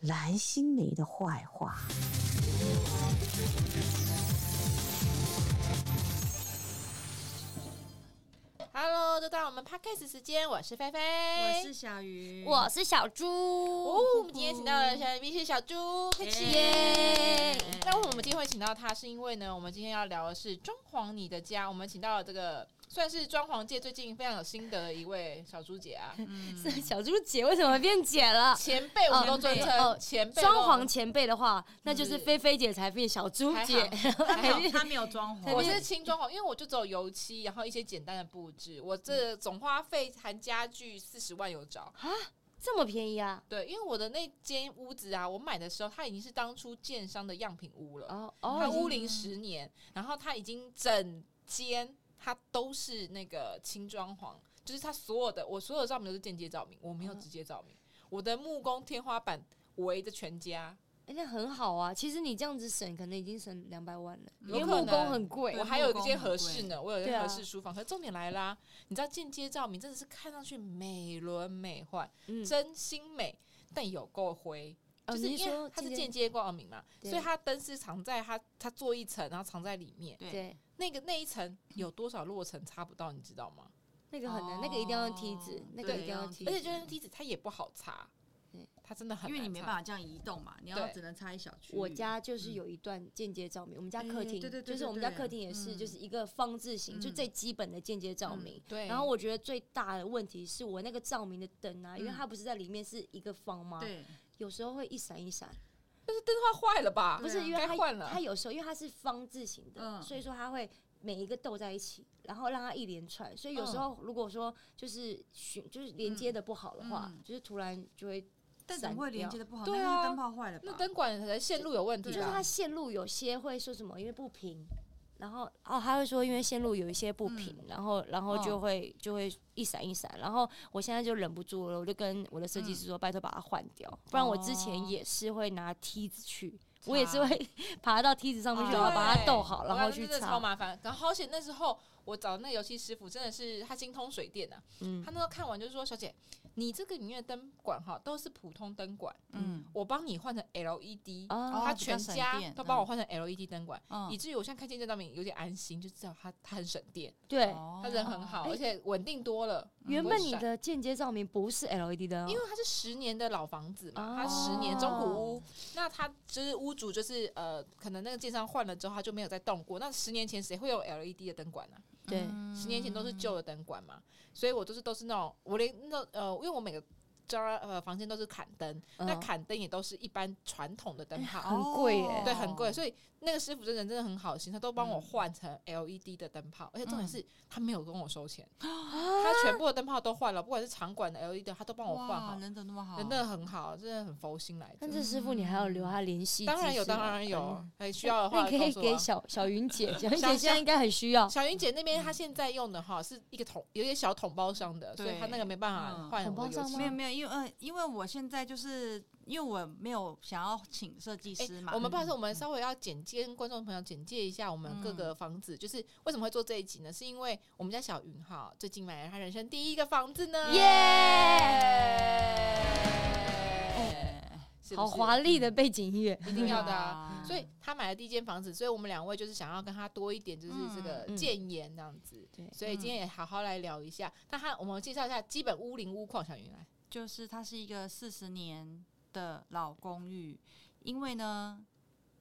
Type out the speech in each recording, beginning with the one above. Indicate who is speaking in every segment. Speaker 1: 蓝心湄的坏话。
Speaker 2: Hello，又到了我们 podcast 时间，我是菲菲，
Speaker 3: 我
Speaker 2: 我
Speaker 3: 是小鱼，
Speaker 4: 我是小猪，
Speaker 2: 哦，我们今天请到了小 B 是小猪，佩奇。
Speaker 3: 耶
Speaker 2: 那为什么我们今天会请到他？是因为呢，我们今天要聊的是装潢你的家，我们请到了这个算是装潢界最近非常有心得的一位小猪姐 啊，
Speaker 4: 是小猪姐，为什么变姐了？
Speaker 2: 前辈我们都尊
Speaker 4: 啊哦
Speaker 2: 称前辈咯，
Speaker 4: 装潢前辈的话，那就是菲菲姐才变小猪姐，
Speaker 2: 还好。
Speaker 3: 他没有装潢，
Speaker 2: 哎我是轻装潢，因为我就只有油漆，然后一些简单的布置。我这总花费含家具四十万有找，
Speaker 4: 这么便宜啊！
Speaker 2: 对，因为我的那间屋子啊，我买的时候它已经是当初建商的样品屋了，
Speaker 4: 哦
Speaker 2: 它
Speaker 4: 哦，
Speaker 2: 屋龄十年，然后它已经整间它都是那个轻装潢，就是它所有的我所有的照明都是间接照明，我没有直接照
Speaker 4: 嗯
Speaker 2: 明，我的木工天花板围着全家，
Speaker 4: 哎那很好啊。其实你这样子省，可能已经省两百万了，因
Speaker 2: 有
Speaker 4: 为
Speaker 2: 可
Speaker 4: 木工
Speaker 2: 能
Speaker 4: 很贵
Speaker 2: 我。还有一间合适呢，我有一
Speaker 4: 哎对
Speaker 2: 间合
Speaker 4: 啊
Speaker 2: 适书房。可是重点来啦，你知道间接照明真的是看上去美轮美奂，
Speaker 4: 嗯，
Speaker 2: 真心美，但有够灰。
Speaker 4: 哦
Speaker 2: 就是
Speaker 4: 你
Speaker 2: 因为
Speaker 4: 说
Speaker 2: 它是
Speaker 4: 今
Speaker 2: 间
Speaker 4: 天
Speaker 2: 接光明嘛，
Speaker 4: 对
Speaker 2: 所以它灯是藏在它它做一层，然后藏在里面。
Speaker 3: 对
Speaker 4: 对，
Speaker 2: 那个那一层有多少落层擦不到，你知道吗？
Speaker 4: 那个很难，那个一定要用梯子，那哦个一定要用梯
Speaker 2: 而
Speaker 4: 子
Speaker 2: 且就算梯
Speaker 4: 嗯
Speaker 2: 子它也不好擦
Speaker 4: 对，
Speaker 2: 它真的很
Speaker 3: 因为你
Speaker 2: 难
Speaker 3: 没办
Speaker 2: 擦。
Speaker 3: 法这样移动嘛，你要
Speaker 2: 对
Speaker 3: 只能拆一小区。
Speaker 4: 我家就是有一段间接照明，我们家客厅，
Speaker 3: 嗯哎对对对
Speaker 4: 就是我们
Speaker 3: 对
Speaker 4: 家
Speaker 3: 对
Speaker 4: 客厅也是，
Speaker 3: 嗯
Speaker 4: 就是一个方字形，
Speaker 3: 嗯
Speaker 4: 就最基本的间接照明。
Speaker 2: 对，
Speaker 4: 然后我觉得最大的问题是我那个照明的灯啊，因为
Speaker 3: 嗯
Speaker 4: 它不是在里面是一个方吗？，
Speaker 3: 对，
Speaker 4: 有时候会一闪一闪，
Speaker 2: 但是灯它坏了吧？
Speaker 3: 哎
Speaker 4: 不是因为
Speaker 2: 该
Speaker 4: 它
Speaker 2: 换了
Speaker 4: 它有时候因为它是方字形的，
Speaker 3: 嗯
Speaker 4: 所以说它会每一个斗在一起，然后让它一连串。所以有时候如果说就是循就是连接的不好的话，
Speaker 3: 嗯嗯
Speaker 4: 就是突然就会
Speaker 3: 但怎么会连接
Speaker 4: 的？
Speaker 3: 的不好？
Speaker 2: 对啊
Speaker 3: 那是灯泡坏了吧？
Speaker 2: 那灯管的线路有问题
Speaker 4: 啊就是它
Speaker 2: 吧？
Speaker 4: 线路有些会说什么，因为不平。然后哦，他会说因为线路有一些不平，
Speaker 2: 嗯
Speaker 4: 然后然后就
Speaker 3: 哦
Speaker 4: 会、就会一闪一闪。然后我现在就忍不住了，我就跟我的设计师说，拜托把它换掉，不然我之前也是会拿梯子去，我也是会爬到梯子上面
Speaker 2: 哦
Speaker 4: 去，
Speaker 2: 对
Speaker 4: 然后把它逗好，然
Speaker 2: 我
Speaker 4: 后
Speaker 2: 觉得
Speaker 4: 去
Speaker 2: 真的超
Speaker 4: 擦。
Speaker 2: 麻烦。然后好险那时候我找那个油漆师傅真的是他精通水电啊，
Speaker 4: 嗯
Speaker 2: 他，那时候看完就说：“小姐，你这个里面的灯管哈都是普通灯管，
Speaker 3: 嗯
Speaker 2: 我帮你换成 LED。”
Speaker 4: 哦，
Speaker 2: 他
Speaker 3: 比较
Speaker 2: 全
Speaker 3: 省
Speaker 2: 家
Speaker 3: 电
Speaker 2: 都帮我
Speaker 3: 嗯
Speaker 2: 换成 LED 灯管，以
Speaker 3: 嗯，
Speaker 2: 至于我现在看见这照明有点安心，就知道他他很省电，
Speaker 4: 对，
Speaker 3: 哦
Speaker 2: 他人很好，
Speaker 4: 哎嗯
Speaker 2: 而且稳定多了。
Speaker 4: 原
Speaker 2: 不
Speaker 4: 本
Speaker 2: 会
Speaker 4: 你
Speaker 2: 闪
Speaker 4: 的间接照明不是 LED 灯哦、
Speaker 2: 嗯因为它是十年的老房子嘛，
Speaker 4: 哦
Speaker 2: 它十年中古屋，那它就是屋主就是呃，可能那个建商换了之后，他就没有再动过。那十年前谁会有 LED 的灯管呢、啊
Speaker 4: 对，
Speaker 3: 嗯
Speaker 2: 十年前都是
Speaker 4: 嗯
Speaker 2: 旧的灯管嘛，所以我就是都是那种我连那种呃，因为我每个家呃房间都是砍灯，那
Speaker 4: 嗯哎
Speaker 2: 砍灯也都是一般传统的灯泡。
Speaker 4: 很贵耶
Speaker 3: 哦
Speaker 2: 对，很贵，所以那个师傅真的真的很好心，他都帮
Speaker 4: 嗯
Speaker 2: 我换成 LED 的灯泡，而且重点是他没有跟我收钱，
Speaker 4: 啊
Speaker 2: 他全部的灯泡都换了，不管是场馆的 LED，他都帮我换好
Speaker 3: 哇，，人怎么那么好？
Speaker 2: 真的很好，真的很佛心来
Speaker 4: 但
Speaker 2: 着。
Speaker 4: 这师傅你还有留他联系？
Speaker 2: 嗯当然有，当然有，还需要的
Speaker 4: 啊那
Speaker 2: 话
Speaker 4: 你可以
Speaker 2: 告诉
Speaker 4: 给
Speaker 2: 我。
Speaker 4: 小小云姐，小云
Speaker 2: 小
Speaker 4: 姐现在应该很需要，
Speaker 2: 小云姐那边，她
Speaker 4: 嗯
Speaker 2: 现在用的哈是一个桶，有点小桶包商的，所
Speaker 3: 对
Speaker 2: 以她那个没办法
Speaker 3: 嗯
Speaker 2: 换很
Speaker 4: 桶
Speaker 2: 多
Speaker 4: 包
Speaker 2: 油
Speaker 4: 商
Speaker 2: 漆
Speaker 4: 吗
Speaker 3: 没有没有，因为嗯，因为我现在就是因为我没有想要请设计
Speaker 2: 诶
Speaker 3: 师嘛，
Speaker 2: 哎我们不好意思，我们稍微要简介跟观众朋友简介一下我们各
Speaker 3: 嗯
Speaker 2: 个房子，就是为什么会做这一集呢？是因为我们家小云哈最近买了她人生第一个房子
Speaker 3: 嗯
Speaker 2: 呢，耶！是不
Speaker 4: 好
Speaker 2: 是
Speaker 4: 华丽
Speaker 3: 嗯
Speaker 4: 的背景音乐。
Speaker 2: 哦一定要的啊。
Speaker 3: 啊
Speaker 2: 所以他买了第一间房子，所以我们两位就是想要跟他多一点，就是这个
Speaker 4: 嗯
Speaker 2: 建言这样子。
Speaker 4: 对
Speaker 2: 所
Speaker 3: 嗯
Speaker 2: 以今天也好好来聊一下。那他我们介绍一下基本屋龄屋况，小云来。
Speaker 3: 就是它是一个四十年的老公寓，因为呢，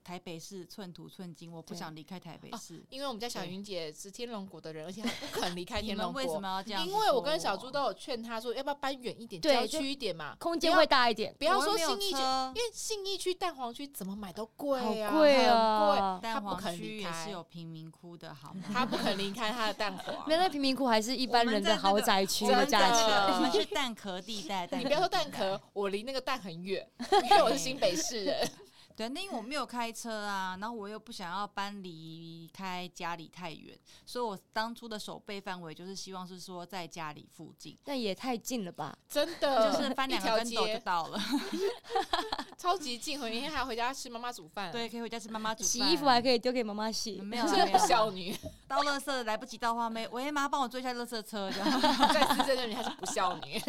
Speaker 3: 台北市寸土寸金，我不
Speaker 4: 对
Speaker 3: 想离开台
Speaker 2: 哦
Speaker 3: 北市。
Speaker 2: 因为我们家小云姐是天龙国的人，而且她不肯离开
Speaker 3: 你
Speaker 2: 天龙
Speaker 3: 们
Speaker 2: 国。
Speaker 3: 为什么要这样？
Speaker 2: 因为我跟小猪，都有劝她说，要不要搬远一点，
Speaker 4: 对
Speaker 2: 郊区一点嘛，
Speaker 4: 空间会大一点，
Speaker 2: 不要
Speaker 3: 我又
Speaker 2: 说
Speaker 3: 没有
Speaker 2: 信义区，
Speaker 3: 车
Speaker 2: 因为信义区、蛋黄区怎么买都贵
Speaker 4: 好
Speaker 2: 啊，
Speaker 4: 贵
Speaker 2: 很贵。
Speaker 4: 啊！
Speaker 3: 蛋
Speaker 2: 他不
Speaker 3: 黄
Speaker 2: 肯
Speaker 3: 区
Speaker 2: 离
Speaker 3: 也
Speaker 2: 开
Speaker 3: 是有贫民窟的，好吗？
Speaker 2: 她不肯离开她的蛋黄。
Speaker 4: 没有，那贫民窟还是一般人的豪宅区
Speaker 3: 我
Speaker 4: 的
Speaker 3: 们在
Speaker 4: 价
Speaker 3: 那
Speaker 4: 钱。
Speaker 3: 个我们是蛋壳地带，
Speaker 2: 你不要说蛋壳，我离那个蛋很远，因为我是新北市人。
Speaker 3: 对，那因为我没有开车啊，然后我又不想要搬离开家里太远，所以我当初的手背范围就是希望是说在家里附近，
Speaker 4: 但也太近了吧？
Speaker 2: 真的
Speaker 3: 就是翻两个跟斗
Speaker 2: 呃一条
Speaker 3: 就
Speaker 2: 街
Speaker 3: 到了。
Speaker 2: 超级近，回明天还要回家吃妈妈煮饭，，
Speaker 3: 对，可以回家吃妈妈煮
Speaker 4: 洗
Speaker 3: 饭
Speaker 4: 衣服还可以丢给妈妈洗，
Speaker 3: 没有啊
Speaker 2: 这
Speaker 3: 没有
Speaker 2: 个
Speaker 3: 啊，
Speaker 2: 孝女，
Speaker 3: 到垃圾来不及倒话妹，喂妈，帮我追一下垃圾车 这样。
Speaker 2: 在思这个女还是不孝 女，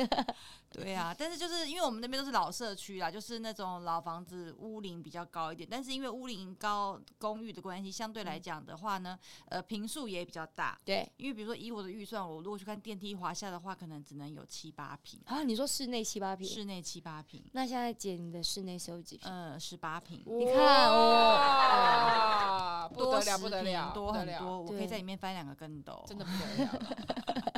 Speaker 3: 对啊，但是就是因为我们那边都是老社区啦，就是那种老房子屋龄比较高一点，但是因为屋龄高公寓的关系，相
Speaker 2: 嗯
Speaker 3: 对来讲的话呢，呃，平数也比较大。
Speaker 4: 对
Speaker 3: 因为比如说以我的预算，我如果去看电梯华夏的话，可能只能有七八平，
Speaker 4: 啊，你说室内七八平，
Speaker 3: 室内七八平，
Speaker 4: 那现在姐你的室内是有几平？
Speaker 3: 呃，十八平，
Speaker 4: 你看
Speaker 2: 哇，不
Speaker 3: 多
Speaker 2: 得
Speaker 3: 十
Speaker 2: 了，不得了，
Speaker 3: 平，多
Speaker 2: 不得
Speaker 3: 很
Speaker 2: 了
Speaker 3: 多，我可以
Speaker 4: 对
Speaker 3: 在里面翻两个跟斗，
Speaker 2: 真的不得了，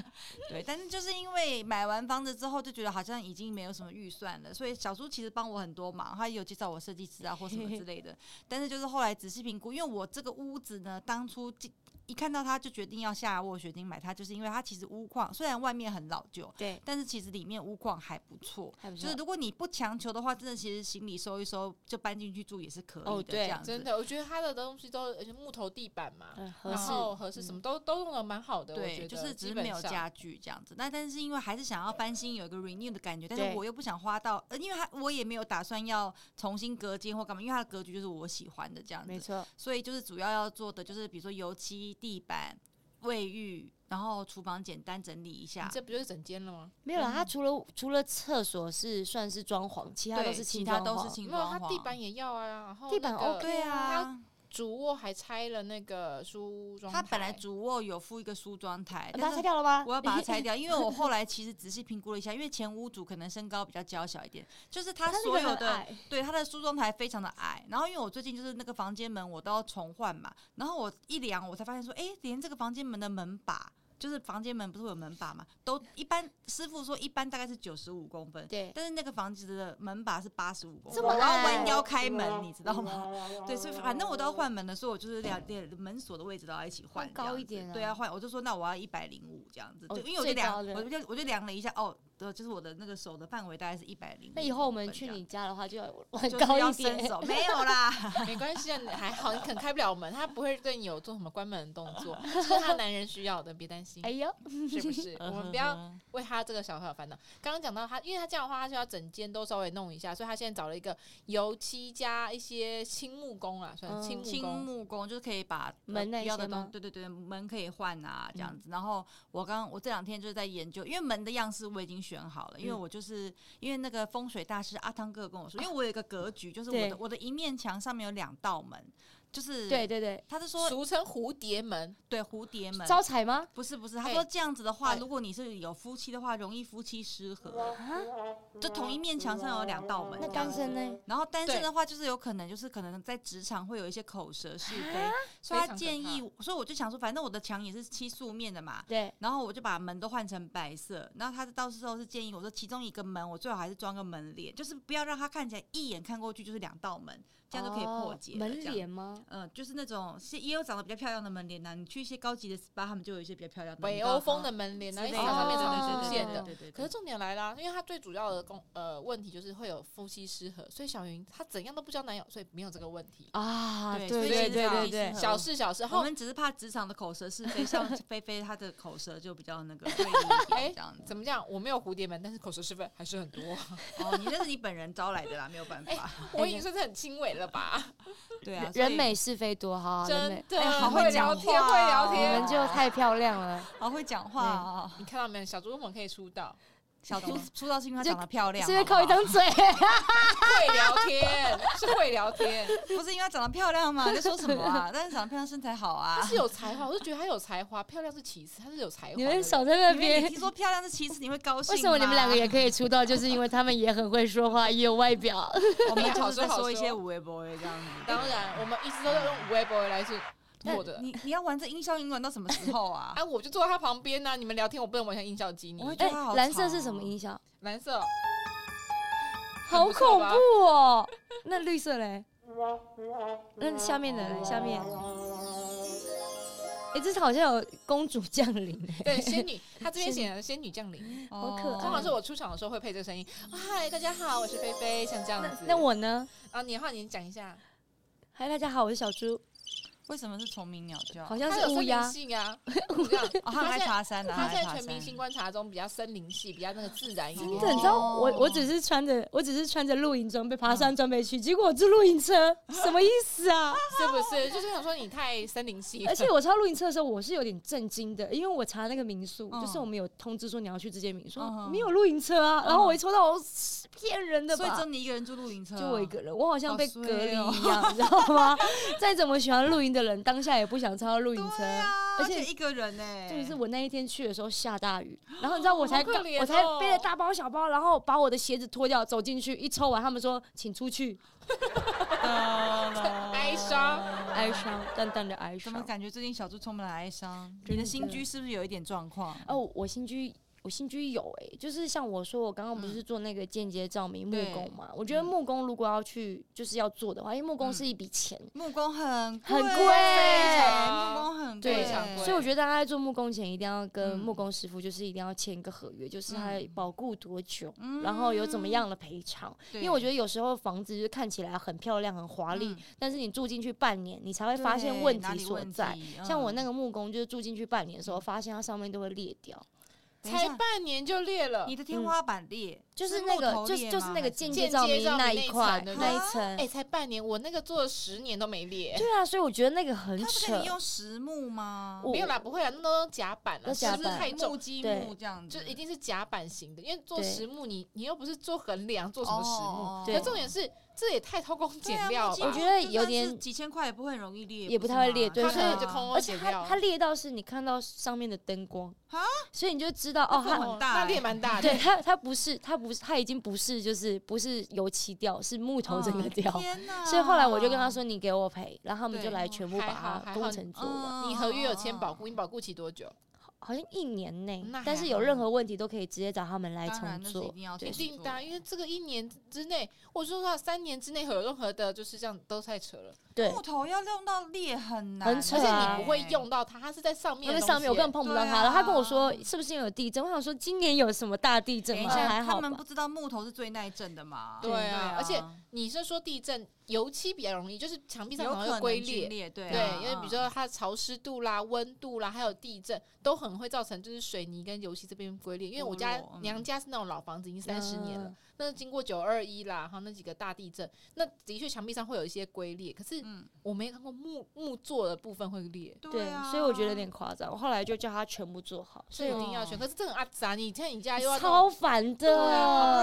Speaker 3: 对，但是就是因为买完房子之后，就觉得好像已经没有什么预算了，所以小叔其实帮我很多忙，他也有介绍我设计师啊或什么之类的。但是就是后来仔细评估，因为我这个屋子呢，当初进一看到它就决定要下我决定买它，就是因为它其实屋况虽然外面很老旧，
Speaker 4: 对，
Speaker 3: 但是其实里面屋况还不错。
Speaker 4: 还不
Speaker 3: 就
Speaker 4: 错
Speaker 3: 是。如果你不强求的话，真的其实行李收一收就搬进去住也是可以的，
Speaker 4: 哦对
Speaker 3: 这样子
Speaker 2: 真的，我觉得她的东西都而且木头地板嘛，
Speaker 4: 嗯，合
Speaker 2: 然
Speaker 4: 适。
Speaker 2: 后合适什么都都用的蛮好的，我觉
Speaker 3: 对，
Speaker 2: 得
Speaker 3: 就是
Speaker 2: 基
Speaker 3: 只是
Speaker 2: 本
Speaker 3: 没有
Speaker 2: 上
Speaker 3: 家具这样子。那但是因为还是想要翻新，有一个 renew 的感觉，但是
Speaker 4: 对
Speaker 3: 我又不想花到，呃，因为它我也没有打算要重新隔间或干嘛，因为它的格局就是我喜欢的这样
Speaker 4: 没
Speaker 3: 子。
Speaker 4: 错，
Speaker 3: 所以就是主要要做的就是，比如说油漆、地板、卫浴，然后厨房简单整理一
Speaker 2: 你
Speaker 3: 下。
Speaker 2: 这不就是整间了吗？
Speaker 4: 没有啦。
Speaker 3: 嗯
Speaker 4: 它除了除了厕所是算是装潢，其他都
Speaker 3: 对，
Speaker 4: 是
Speaker 3: 其
Speaker 4: 轻
Speaker 3: 他
Speaker 4: 装
Speaker 3: 都是
Speaker 4: 潢。
Speaker 3: 轻
Speaker 2: 没有，
Speaker 3: 装潢。
Speaker 2: 他地板也要啊，然后
Speaker 4: 地板
Speaker 2: 那个
Speaker 4: OK
Speaker 3: 对啊，
Speaker 2: 主卧还拆了那个梳妆台，
Speaker 3: 它本来主卧有附一个梳妆台，
Speaker 4: 你把它
Speaker 3: 但是
Speaker 4: 啊拆掉了吗？
Speaker 3: 我要把 它拆掉，因为我后来其实仔细评估了一下，因为前屋主可能身高比较娇小一点，就是他
Speaker 4: 那个
Speaker 3: 所有
Speaker 4: 很
Speaker 3: 的
Speaker 4: 矮
Speaker 3: 对他的梳妆台非常的矮。然后因为我最近就是那个房间门我都要重换嘛，然后我一量我才发现说，哎、连这个房间门的门把。就是房间门不是会有门把嘛？都一般，师傅说一般大概是九十五公分，
Speaker 4: 对
Speaker 3: 但是那个房子的门把是八十五公分，
Speaker 4: 这么
Speaker 3: 我要
Speaker 4: 矮
Speaker 3: 弯腰开门，你知道吗？对，所以反正我都要换门了，所以我就是两点门锁的位置都要一起换，
Speaker 4: 换高
Speaker 3: 这样
Speaker 4: 一
Speaker 3: 子
Speaker 4: 点啊
Speaker 3: 对啊，换我就说那我要一百零五这样子，
Speaker 4: 哦
Speaker 3: 就因为我就
Speaker 4: 最
Speaker 3: 量，
Speaker 4: 高的
Speaker 3: 我就我就量了一下，哦，对，就是我的那个手的范围大概是一百零。
Speaker 4: 那以后我们去你家的话，就要往
Speaker 3: 就是
Speaker 4: 高
Speaker 3: 要
Speaker 4: 一点
Speaker 3: 伸。手，没有啦，
Speaker 2: 没关系啊，你还好，你可能开不了门，他不会对你有做什么关门的动 作，这是他男人需要的，别担心
Speaker 4: 哎，呦，
Speaker 2: 是不 是？我们不要为他这个小小的烦恼。刚刚讲到他，因为他这样的话，他就要整间都稍微弄一下，所以他现在找了一个油漆加一些青木工啊，算
Speaker 4: 嗯
Speaker 2: 青木
Speaker 3: 青
Speaker 2: 工。
Speaker 3: 木工就是可以把呃
Speaker 4: 门那
Speaker 3: 不要的
Speaker 4: 些
Speaker 3: 东
Speaker 4: 吗嗯
Speaker 3: 对对对，门可以换啊，这样子。然后我刚我这两天就是在研究，因为门的样式我已经选好了，因为
Speaker 4: 嗯啊
Speaker 3: 我就是因为那个风水大师阿汤哥有跟我说，因为我有一个格局，就是我
Speaker 4: 对
Speaker 3: 的我的一面墙上面有两道门，就是
Speaker 4: 对，对对，
Speaker 3: 他是说
Speaker 2: 俗称蝴蝶门，
Speaker 3: 对蝴蝶门。
Speaker 4: 招财吗？
Speaker 3: 不是不是，他
Speaker 2: 哎
Speaker 3: 说这样子的话，
Speaker 2: 哎
Speaker 3: 如果你是有夫妻的话，容易夫妻失和。
Speaker 4: 啊，
Speaker 3: 就同一面墙上有两道门，
Speaker 4: 那单身呢？
Speaker 3: 然后单身
Speaker 2: 对
Speaker 3: 的话，就是有可能就是可能在职场会有一些口舌是非
Speaker 4: 啊，
Speaker 3: 所以
Speaker 2: 非
Speaker 3: 他
Speaker 2: 常可
Speaker 3: 建议我，所以我就想说，反正我的墙也是漆素面的嘛。
Speaker 4: 对，
Speaker 3: 然后我就把门都换成白色，然后他到时候是建议我说，其中一个门我最好还是装个门帘，就是不要让他看起来一眼看过去就是两道门，这样就可以破
Speaker 4: 哦
Speaker 3: 解、
Speaker 4: 门
Speaker 3: 这样。
Speaker 4: 帘吗？
Speaker 3: 嗯，就是那种是也有长得比较漂亮的门帘啊呐、你去一些高级的 SPA，他们就有一些比较漂亮的
Speaker 2: 北
Speaker 3: 你知道
Speaker 2: 欧风的门帘，
Speaker 3: 之
Speaker 2: 然后
Speaker 3: 类
Speaker 2: 一
Speaker 3: 的，
Speaker 2: 墙上面
Speaker 4: 哦
Speaker 2: 常出
Speaker 3: 对对对
Speaker 2: 现
Speaker 3: 对
Speaker 2: 的。
Speaker 3: 对对对
Speaker 2: 可是重点来啦，因为他最主要的工呃问题就是会有夫妻失和，所以小云她怎样都不交男友，所以没有这个问题。
Speaker 4: 啊，对
Speaker 3: 对所以
Speaker 4: 对
Speaker 3: 其实
Speaker 4: 对对
Speaker 3: 嗯
Speaker 4: 对，
Speaker 2: 小事小事，
Speaker 3: 我
Speaker 2: 后
Speaker 3: 们只是怕职场的口舌是非， 像菲菲她的口舌就比较那个锐利一点
Speaker 2: 哎
Speaker 3: 这样子。
Speaker 2: 怎么讲？我没有蝴蝶门，但是口舌是非还是很多。
Speaker 3: 哦，你那是你本人招来的啦，没有办法。
Speaker 2: 我已经算是很轻微了吧？
Speaker 3: 对啊，所以
Speaker 4: 哎人美是非多，好好人
Speaker 2: 真
Speaker 4: 美，
Speaker 2: 的，
Speaker 3: 哎好会
Speaker 2: 会
Speaker 3: 讲
Speaker 2: 聊天，
Speaker 3: 话
Speaker 2: 会聊
Speaker 3: 哦
Speaker 4: 你
Speaker 2: 天
Speaker 4: 们。就太漂亮了，
Speaker 3: 好会讲话哦。
Speaker 2: 你看到没有？小猪我可以出道，
Speaker 3: 小猪
Speaker 2: 懂吗
Speaker 3: 出道是因为她
Speaker 4: 就
Speaker 3: 长得漂亮，
Speaker 4: 是不是
Speaker 3: 好
Speaker 4: 靠一
Speaker 3: 不好
Speaker 4: 张嘴？
Speaker 2: 会聊天是会聊 天，
Speaker 3: 不是因为她长得漂亮吗？你在说什么啊？但是长得漂亮身材好啊
Speaker 2: 她。是有才华，我就觉得她有才华，漂亮是其次，她是有才华的
Speaker 4: 你
Speaker 2: 人。
Speaker 4: 们守在那
Speaker 3: 因为你
Speaker 4: 边
Speaker 3: 听。说漂亮是其次，你会高兴吗？
Speaker 4: 为什么你们两个也可以出道？就是因为他们也很会说话，也有外表。
Speaker 3: 我们就
Speaker 2: 好
Speaker 3: 是
Speaker 2: 说
Speaker 3: 在
Speaker 2: 好
Speaker 3: 说一
Speaker 2: 说
Speaker 3: 些无微不微这样子？
Speaker 2: 当然，我们一直都要用微博来是
Speaker 3: 那
Speaker 2: 我的。
Speaker 3: 你你要玩这音效音玩到什么时候啊？
Speaker 2: 啊，我就坐在他旁边啊呐、你们聊天我不能玩像音效机，你
Speaker 3: 我会 觉
Speaker 4: 哎
Speaker 3: 得她好，
Speaker 4: 蓝色
Speaker 3: 吵
Speaker 4: 是什
Speaker 3: 哦
Speaker 4: 么音 效？
Speaker 2: 蓝色
Speaker 4: 好
Speaker 2: 不错
Speaker 4: 恐
Speaker 2: 吧
Speaker 4: 怖哦！那绿色嘞？那下面的嘞？下面？哎，这是好像有公主降临哎，
Speaker 2: 对，仙女，她这边写的仙女降临，
Speaker 4: 好可
Speaker 3: 哦
Speaker 4: 爱
Speaker 2: 通常是我出场的时候会配这个声音。哇嗨，大家好，我是菲菲，像这样子。
Speaker 4: 那我呢？
Speaker 2: 啊，你的话你讲一下，
Speaker 4: 嗨，大家好，我是小猪，
Speaker 3: 为什么是虫鸣鸟叫？
Speaker 4: 好像
Speaker 2: 他有
Speaker 4: 是乌
Speaker 2: 森林
Speaker 4: 鸦，
Speaker 2: 性啊，我这样
Speaker 3: 哦，他
Speaker 2: 他
Speaker 3: 还
Speaker 2: 现在
Speaker 3: 爬山呢，
Speaker 2: 他
Speaker 3: 还
Speaker 2: 现
Speaker 3: 爬
Speaker 2: 在
Speaker 3: 山
Speaker 2: 全明星观察中比较森林系，比较那个自然一
Speaker 3: 真
Speaker 4: 这
Speaker 2: 点
Speaker 4: 你
Speaker 3: 的。
Speaker 4: 知道，我我只是穿着，我只是穿着露营装被爬
Speaker 3: 嗯
Speaker 4: 山装备去，结果我坐露营 车，什么意思啊？
Speaker 2: 是不是？就是想说你太森林系了，
Speaker 4: 而 且我超露营车的时候，我是有点震惊的，因为我查那个民宿，
Speaker 3: 嗯
Speaker 4: 就是我们有通知说你要去这间民宿，
Speaker 3: 嗯
Speaker 4: 没有露营车啊。然后我一抽到，我是骗人的
Speaker 3: 所以只有
Speaker 4: 吧？
Speaker 3: 你一个人住露营车，
Speaker 4: 就我一。个人，我好像被
Speaker 3: 好衰
Speaker 4: 隔离
Speaker 3: 哦
Speaker 4: 一样，你知道吗？ 再怎么喜欢露营的人，当下也不想抽到露营车。
Speaker 3: 啊，
Speaker 4: 而
Speaker 3: 而且
Speaker 4: 且
Speaker 3: 一个人呢，
Speaker 4: 就是我那一天去的时候下大雨，然后你知道我才
Speaker 2: 好可
Speaker 4: 刚
Speaker 2: 怜
Speaker 4: 我才
Speaker 2: 哦
Speaker 4: 背了大包小包，然后把我的鞋子脱掉走进去，一抽完他们说请出去，
Speaker 2: 哀伤
Speaker 4: 哀伤淡淡的哀
Speaker 3: 怎么
Speaker 4: 伤。
Speaker 3: 感觉最近小猪充满了哀伤？你
Speaker 4: 真
Speaker 3: 的
Speaker 4: 的
Speaker 3: 新居是不是有一点状况？
Speaker 4: 哦，我新居我新居有诶、就是像我说，我刚刚不是做那个间接照明木
Speaker 3: 对
Speaker 4: 工嘛？我觉得木工如果要去就是要做的话，因为木工
Speaker 3: 嗯
Speaker 4: 是一笔钱，
Speaker 3: 木工很
Speaker 4: 很
Speaker 3: 贵，
Speaker 4: 贵非
Speaker 2: 常
Speaker 3: 木工很
Speaker 4: 对
Speaker 3: 贵
Speaker 2: 非常贵，
Speaker 4: 所以我觉得大家在做木工前一定要跟
Speaker 3: 嗯
Speaker 4: 木工师傅就是一定要签一个合约，就是他
Speaker 3: 嗯
Speaker 4: 保固多久，
Speaker 3: 嗯
Speaker 4: 然后有怎么样的赔偿。
Speaker 3: 对
Speaker 4: 因为我觉得有时候房子就看起来很漂亮、很华丽，
Speaker 3: 嗯
Speaker 4: 但是你住进去半年，你才会
Speaker 3: 对
Speaker 4: 发现问
Speaker 3: 哪
Speaker 4: 题
Speaker 3: 里
Speaker 4: 所
Speaker 3: 问
Speaker 4: 在。
Speaker 3: 题
Speaker 4: 像我那
Speaker 3: 嗯
Speaker 4: 个木工，就是住进去半年的时候，发现它上面都会裂掉。
Speaker 3: 等一下
Speaker 2: 才半年就裂了
Speaker 3: 你。的天花板裂，
Speaker 4: 哎嗯就是
Speaker 3: 木
Speaker 4: 那个
Speaker 3: 头，
Speaker 4: 就
Speaker 3: 裂
Speaker 4: 是就是
Speaker 3: 吗
Speaker 4: 那个
Speaker 3: 还
Speaker 4: 间
Speaker 3: 是
Speaker 4: 接
Speaker 2: 间
Speaker 4: 照
Speaker 2: 接
Speaker 4: 明
Speaker 2: 照明
Speaker 4: 那
Speaker 2: 那
Speaker 4: 一
Speaker 2: 一
Speaker 4: 块
Speaker 2: 层对不
Speaker 4: 那
Speaker 3: 对
Speaker 4: 一层
Speaker 2: 哎、，才半年，我那个做了十年都没裂，
Speaker 4: 对啊，所以我觉得那个很
Speaker 3: 它不可
Speaker 4: 扯
Speaker 3: 以。用实木吗？
Speaker 4: 我
Speaker 2: 没有啦，不会啦，那都甲板
Speaker 4: 都
Speaker 2: 了，
Speaker 4: 甲
Speaker 2: 就
Speaker 4: 板
Speaker 2: 是太
Speaker 3: 木
Speaker 2: 重，
Speaker 3: 积
Speaker 4: 对
Speaker 3: 木这样子，
Speaker 2: 就一定是甲板型的，因为做
Speaker 4: 对
Speaker 2: 实木你你又不是做横梁，做什么实木？
Speaker 3: 哦
Speaker 4: 对
Speaker 2: 可重点是这也太偷工
Speaker 3: 对
Speaker 2: 减
Speaker 3: 啊
Speaker 2: 料
Speaker 3: 木
Speaker 2: 了
Speaker 3: 积
Speaker 2: 吧？
Speaker 4: 我
Speaker 3: 木
Speaker 4: 觉得
Speaker 3: 就
Speaker 4: 有
Speaker 3: 算
Speaker 4: 点
Speaker 3: 是几千块也不会很容易裂，
Speaker 4: 也不太会裂对
Speaker 2: 它
Speaker 4: 所以
Speaker 2: 可能就空空
Speaker 4: 而且
Speaker 2: 减
Speaker 4: 它
Speaker 2: 料，
Speaker 4: 它裂到是你看到上面的灯光
Speaker 3: 啊
Speaker 4: 所以你就知道哦，
Speaker 3: 缝
Speaker 4: 它
Speaker 3: 很大欸
Speaker 2: 那裂蛮大的。
Speaker 4: 对它它不是它不是它已经不是就是不是油漆掉，是木头整个掉。
Speaker 3: 哦嗯天哪！
Speaker 4: 所以后来我就跟他说：“你给我赔。”然后他们就
Speaker 3: 哦对
Speaker 4: 来全部
Speaker 2: 还
Speaker 4: 把
Speaker 2: 好
Speaker 4: 它
Speaker 2: 还
Speaker 4: 工
Speaker 2: 好
Speaker 4: 程做完，
Speaker 3: 嗯，
Speaker 2: 你合约有签保固，你保固期多久？
Speaker 4: 好像一年内
Speaker 2: 那，
Speaker 4: 但
Speaker 2: 还
Speaker 4: 是有
Speaker 2: 好
Speaker 4: 任何问题都可以直接找他们来
Speaker 3: 当
Speaker 4: 重
Speaker 3: 然那是一
Speaker 4: 做。
Speaker 3: 定要
Speaker 4: 对
Speaker 2: 一
Speaker 3: 重
Speaker 2: 定的
Speaker 3: 做
Speaker 2: 啊，因为这个一年之内，我说实话，三年之内有任何的，就是这样都太扯了。
Speaker 4: 对，
Speaker 3: 木头要用到裂很难，欸
Speaker 4: 很扯
Speaker 2: 而且
Speaker 4: 啊
Speaker 2: 你不会用到它，它是在上面
Speaker 4: 因
Speaker 2: 的
Speaker 4: 为
Speaker 2: 东西耶。欸
Speaker 4: 上面我根本碰不到他。然后他跟我说
Speaker 3: 对啊
Speaker 4: 是不是因为有地震？我想说今年有什么大地震
Speaker 3: 等一
Speaker 4: 吗？
Speaker 3: 下，
Speaker 4: 还
Speaker 3: 他
Speaker 4: 好
Speaker 3: 们
Speaker 4: 吧
Speaker 3: 不。知道木头是最耐震的嘛？
Speaker 2: 对啊而且你是说地震，油漆比较容易，就是墙壁上
Speaker 3: 有
Speaker 2: 好像
Speaker 3: 可
Speaker 2: 会龟
Speaker 3: 能
Speaker 2: 裂
Speaker 3: 龟。裂，对
Speaker 2: 对
Speaker 3: 啊，
Speaker 2: 因为比如说它的潮湿度啦、温度啦，还有地震，都很会造成就是水泥跟油漆这边龟裂。因为我家
Speaker 3: 剥落嗯
Speaker 2: 娘家是那种老房子，已经三十年了
Speaker 4: 嗯，
Speaker 2: 那经过九二一啦，还有那几个大地震，那的确墙壁上会有一些龟裂，可是
Speaker 3: 嗯，
Speaker 2: 我没看过木木做的部分会裂。
Speaker 4: 对，
Speaker 3: 啊，
Speaker 4: 所以我觉得有点夸张。我后来就叫他全部做好，
Speaker 2: 所以一定要选，可是这很阿杂，你看你家又要弄
Speaker 4: 超烦
Speaker 3: 对啊，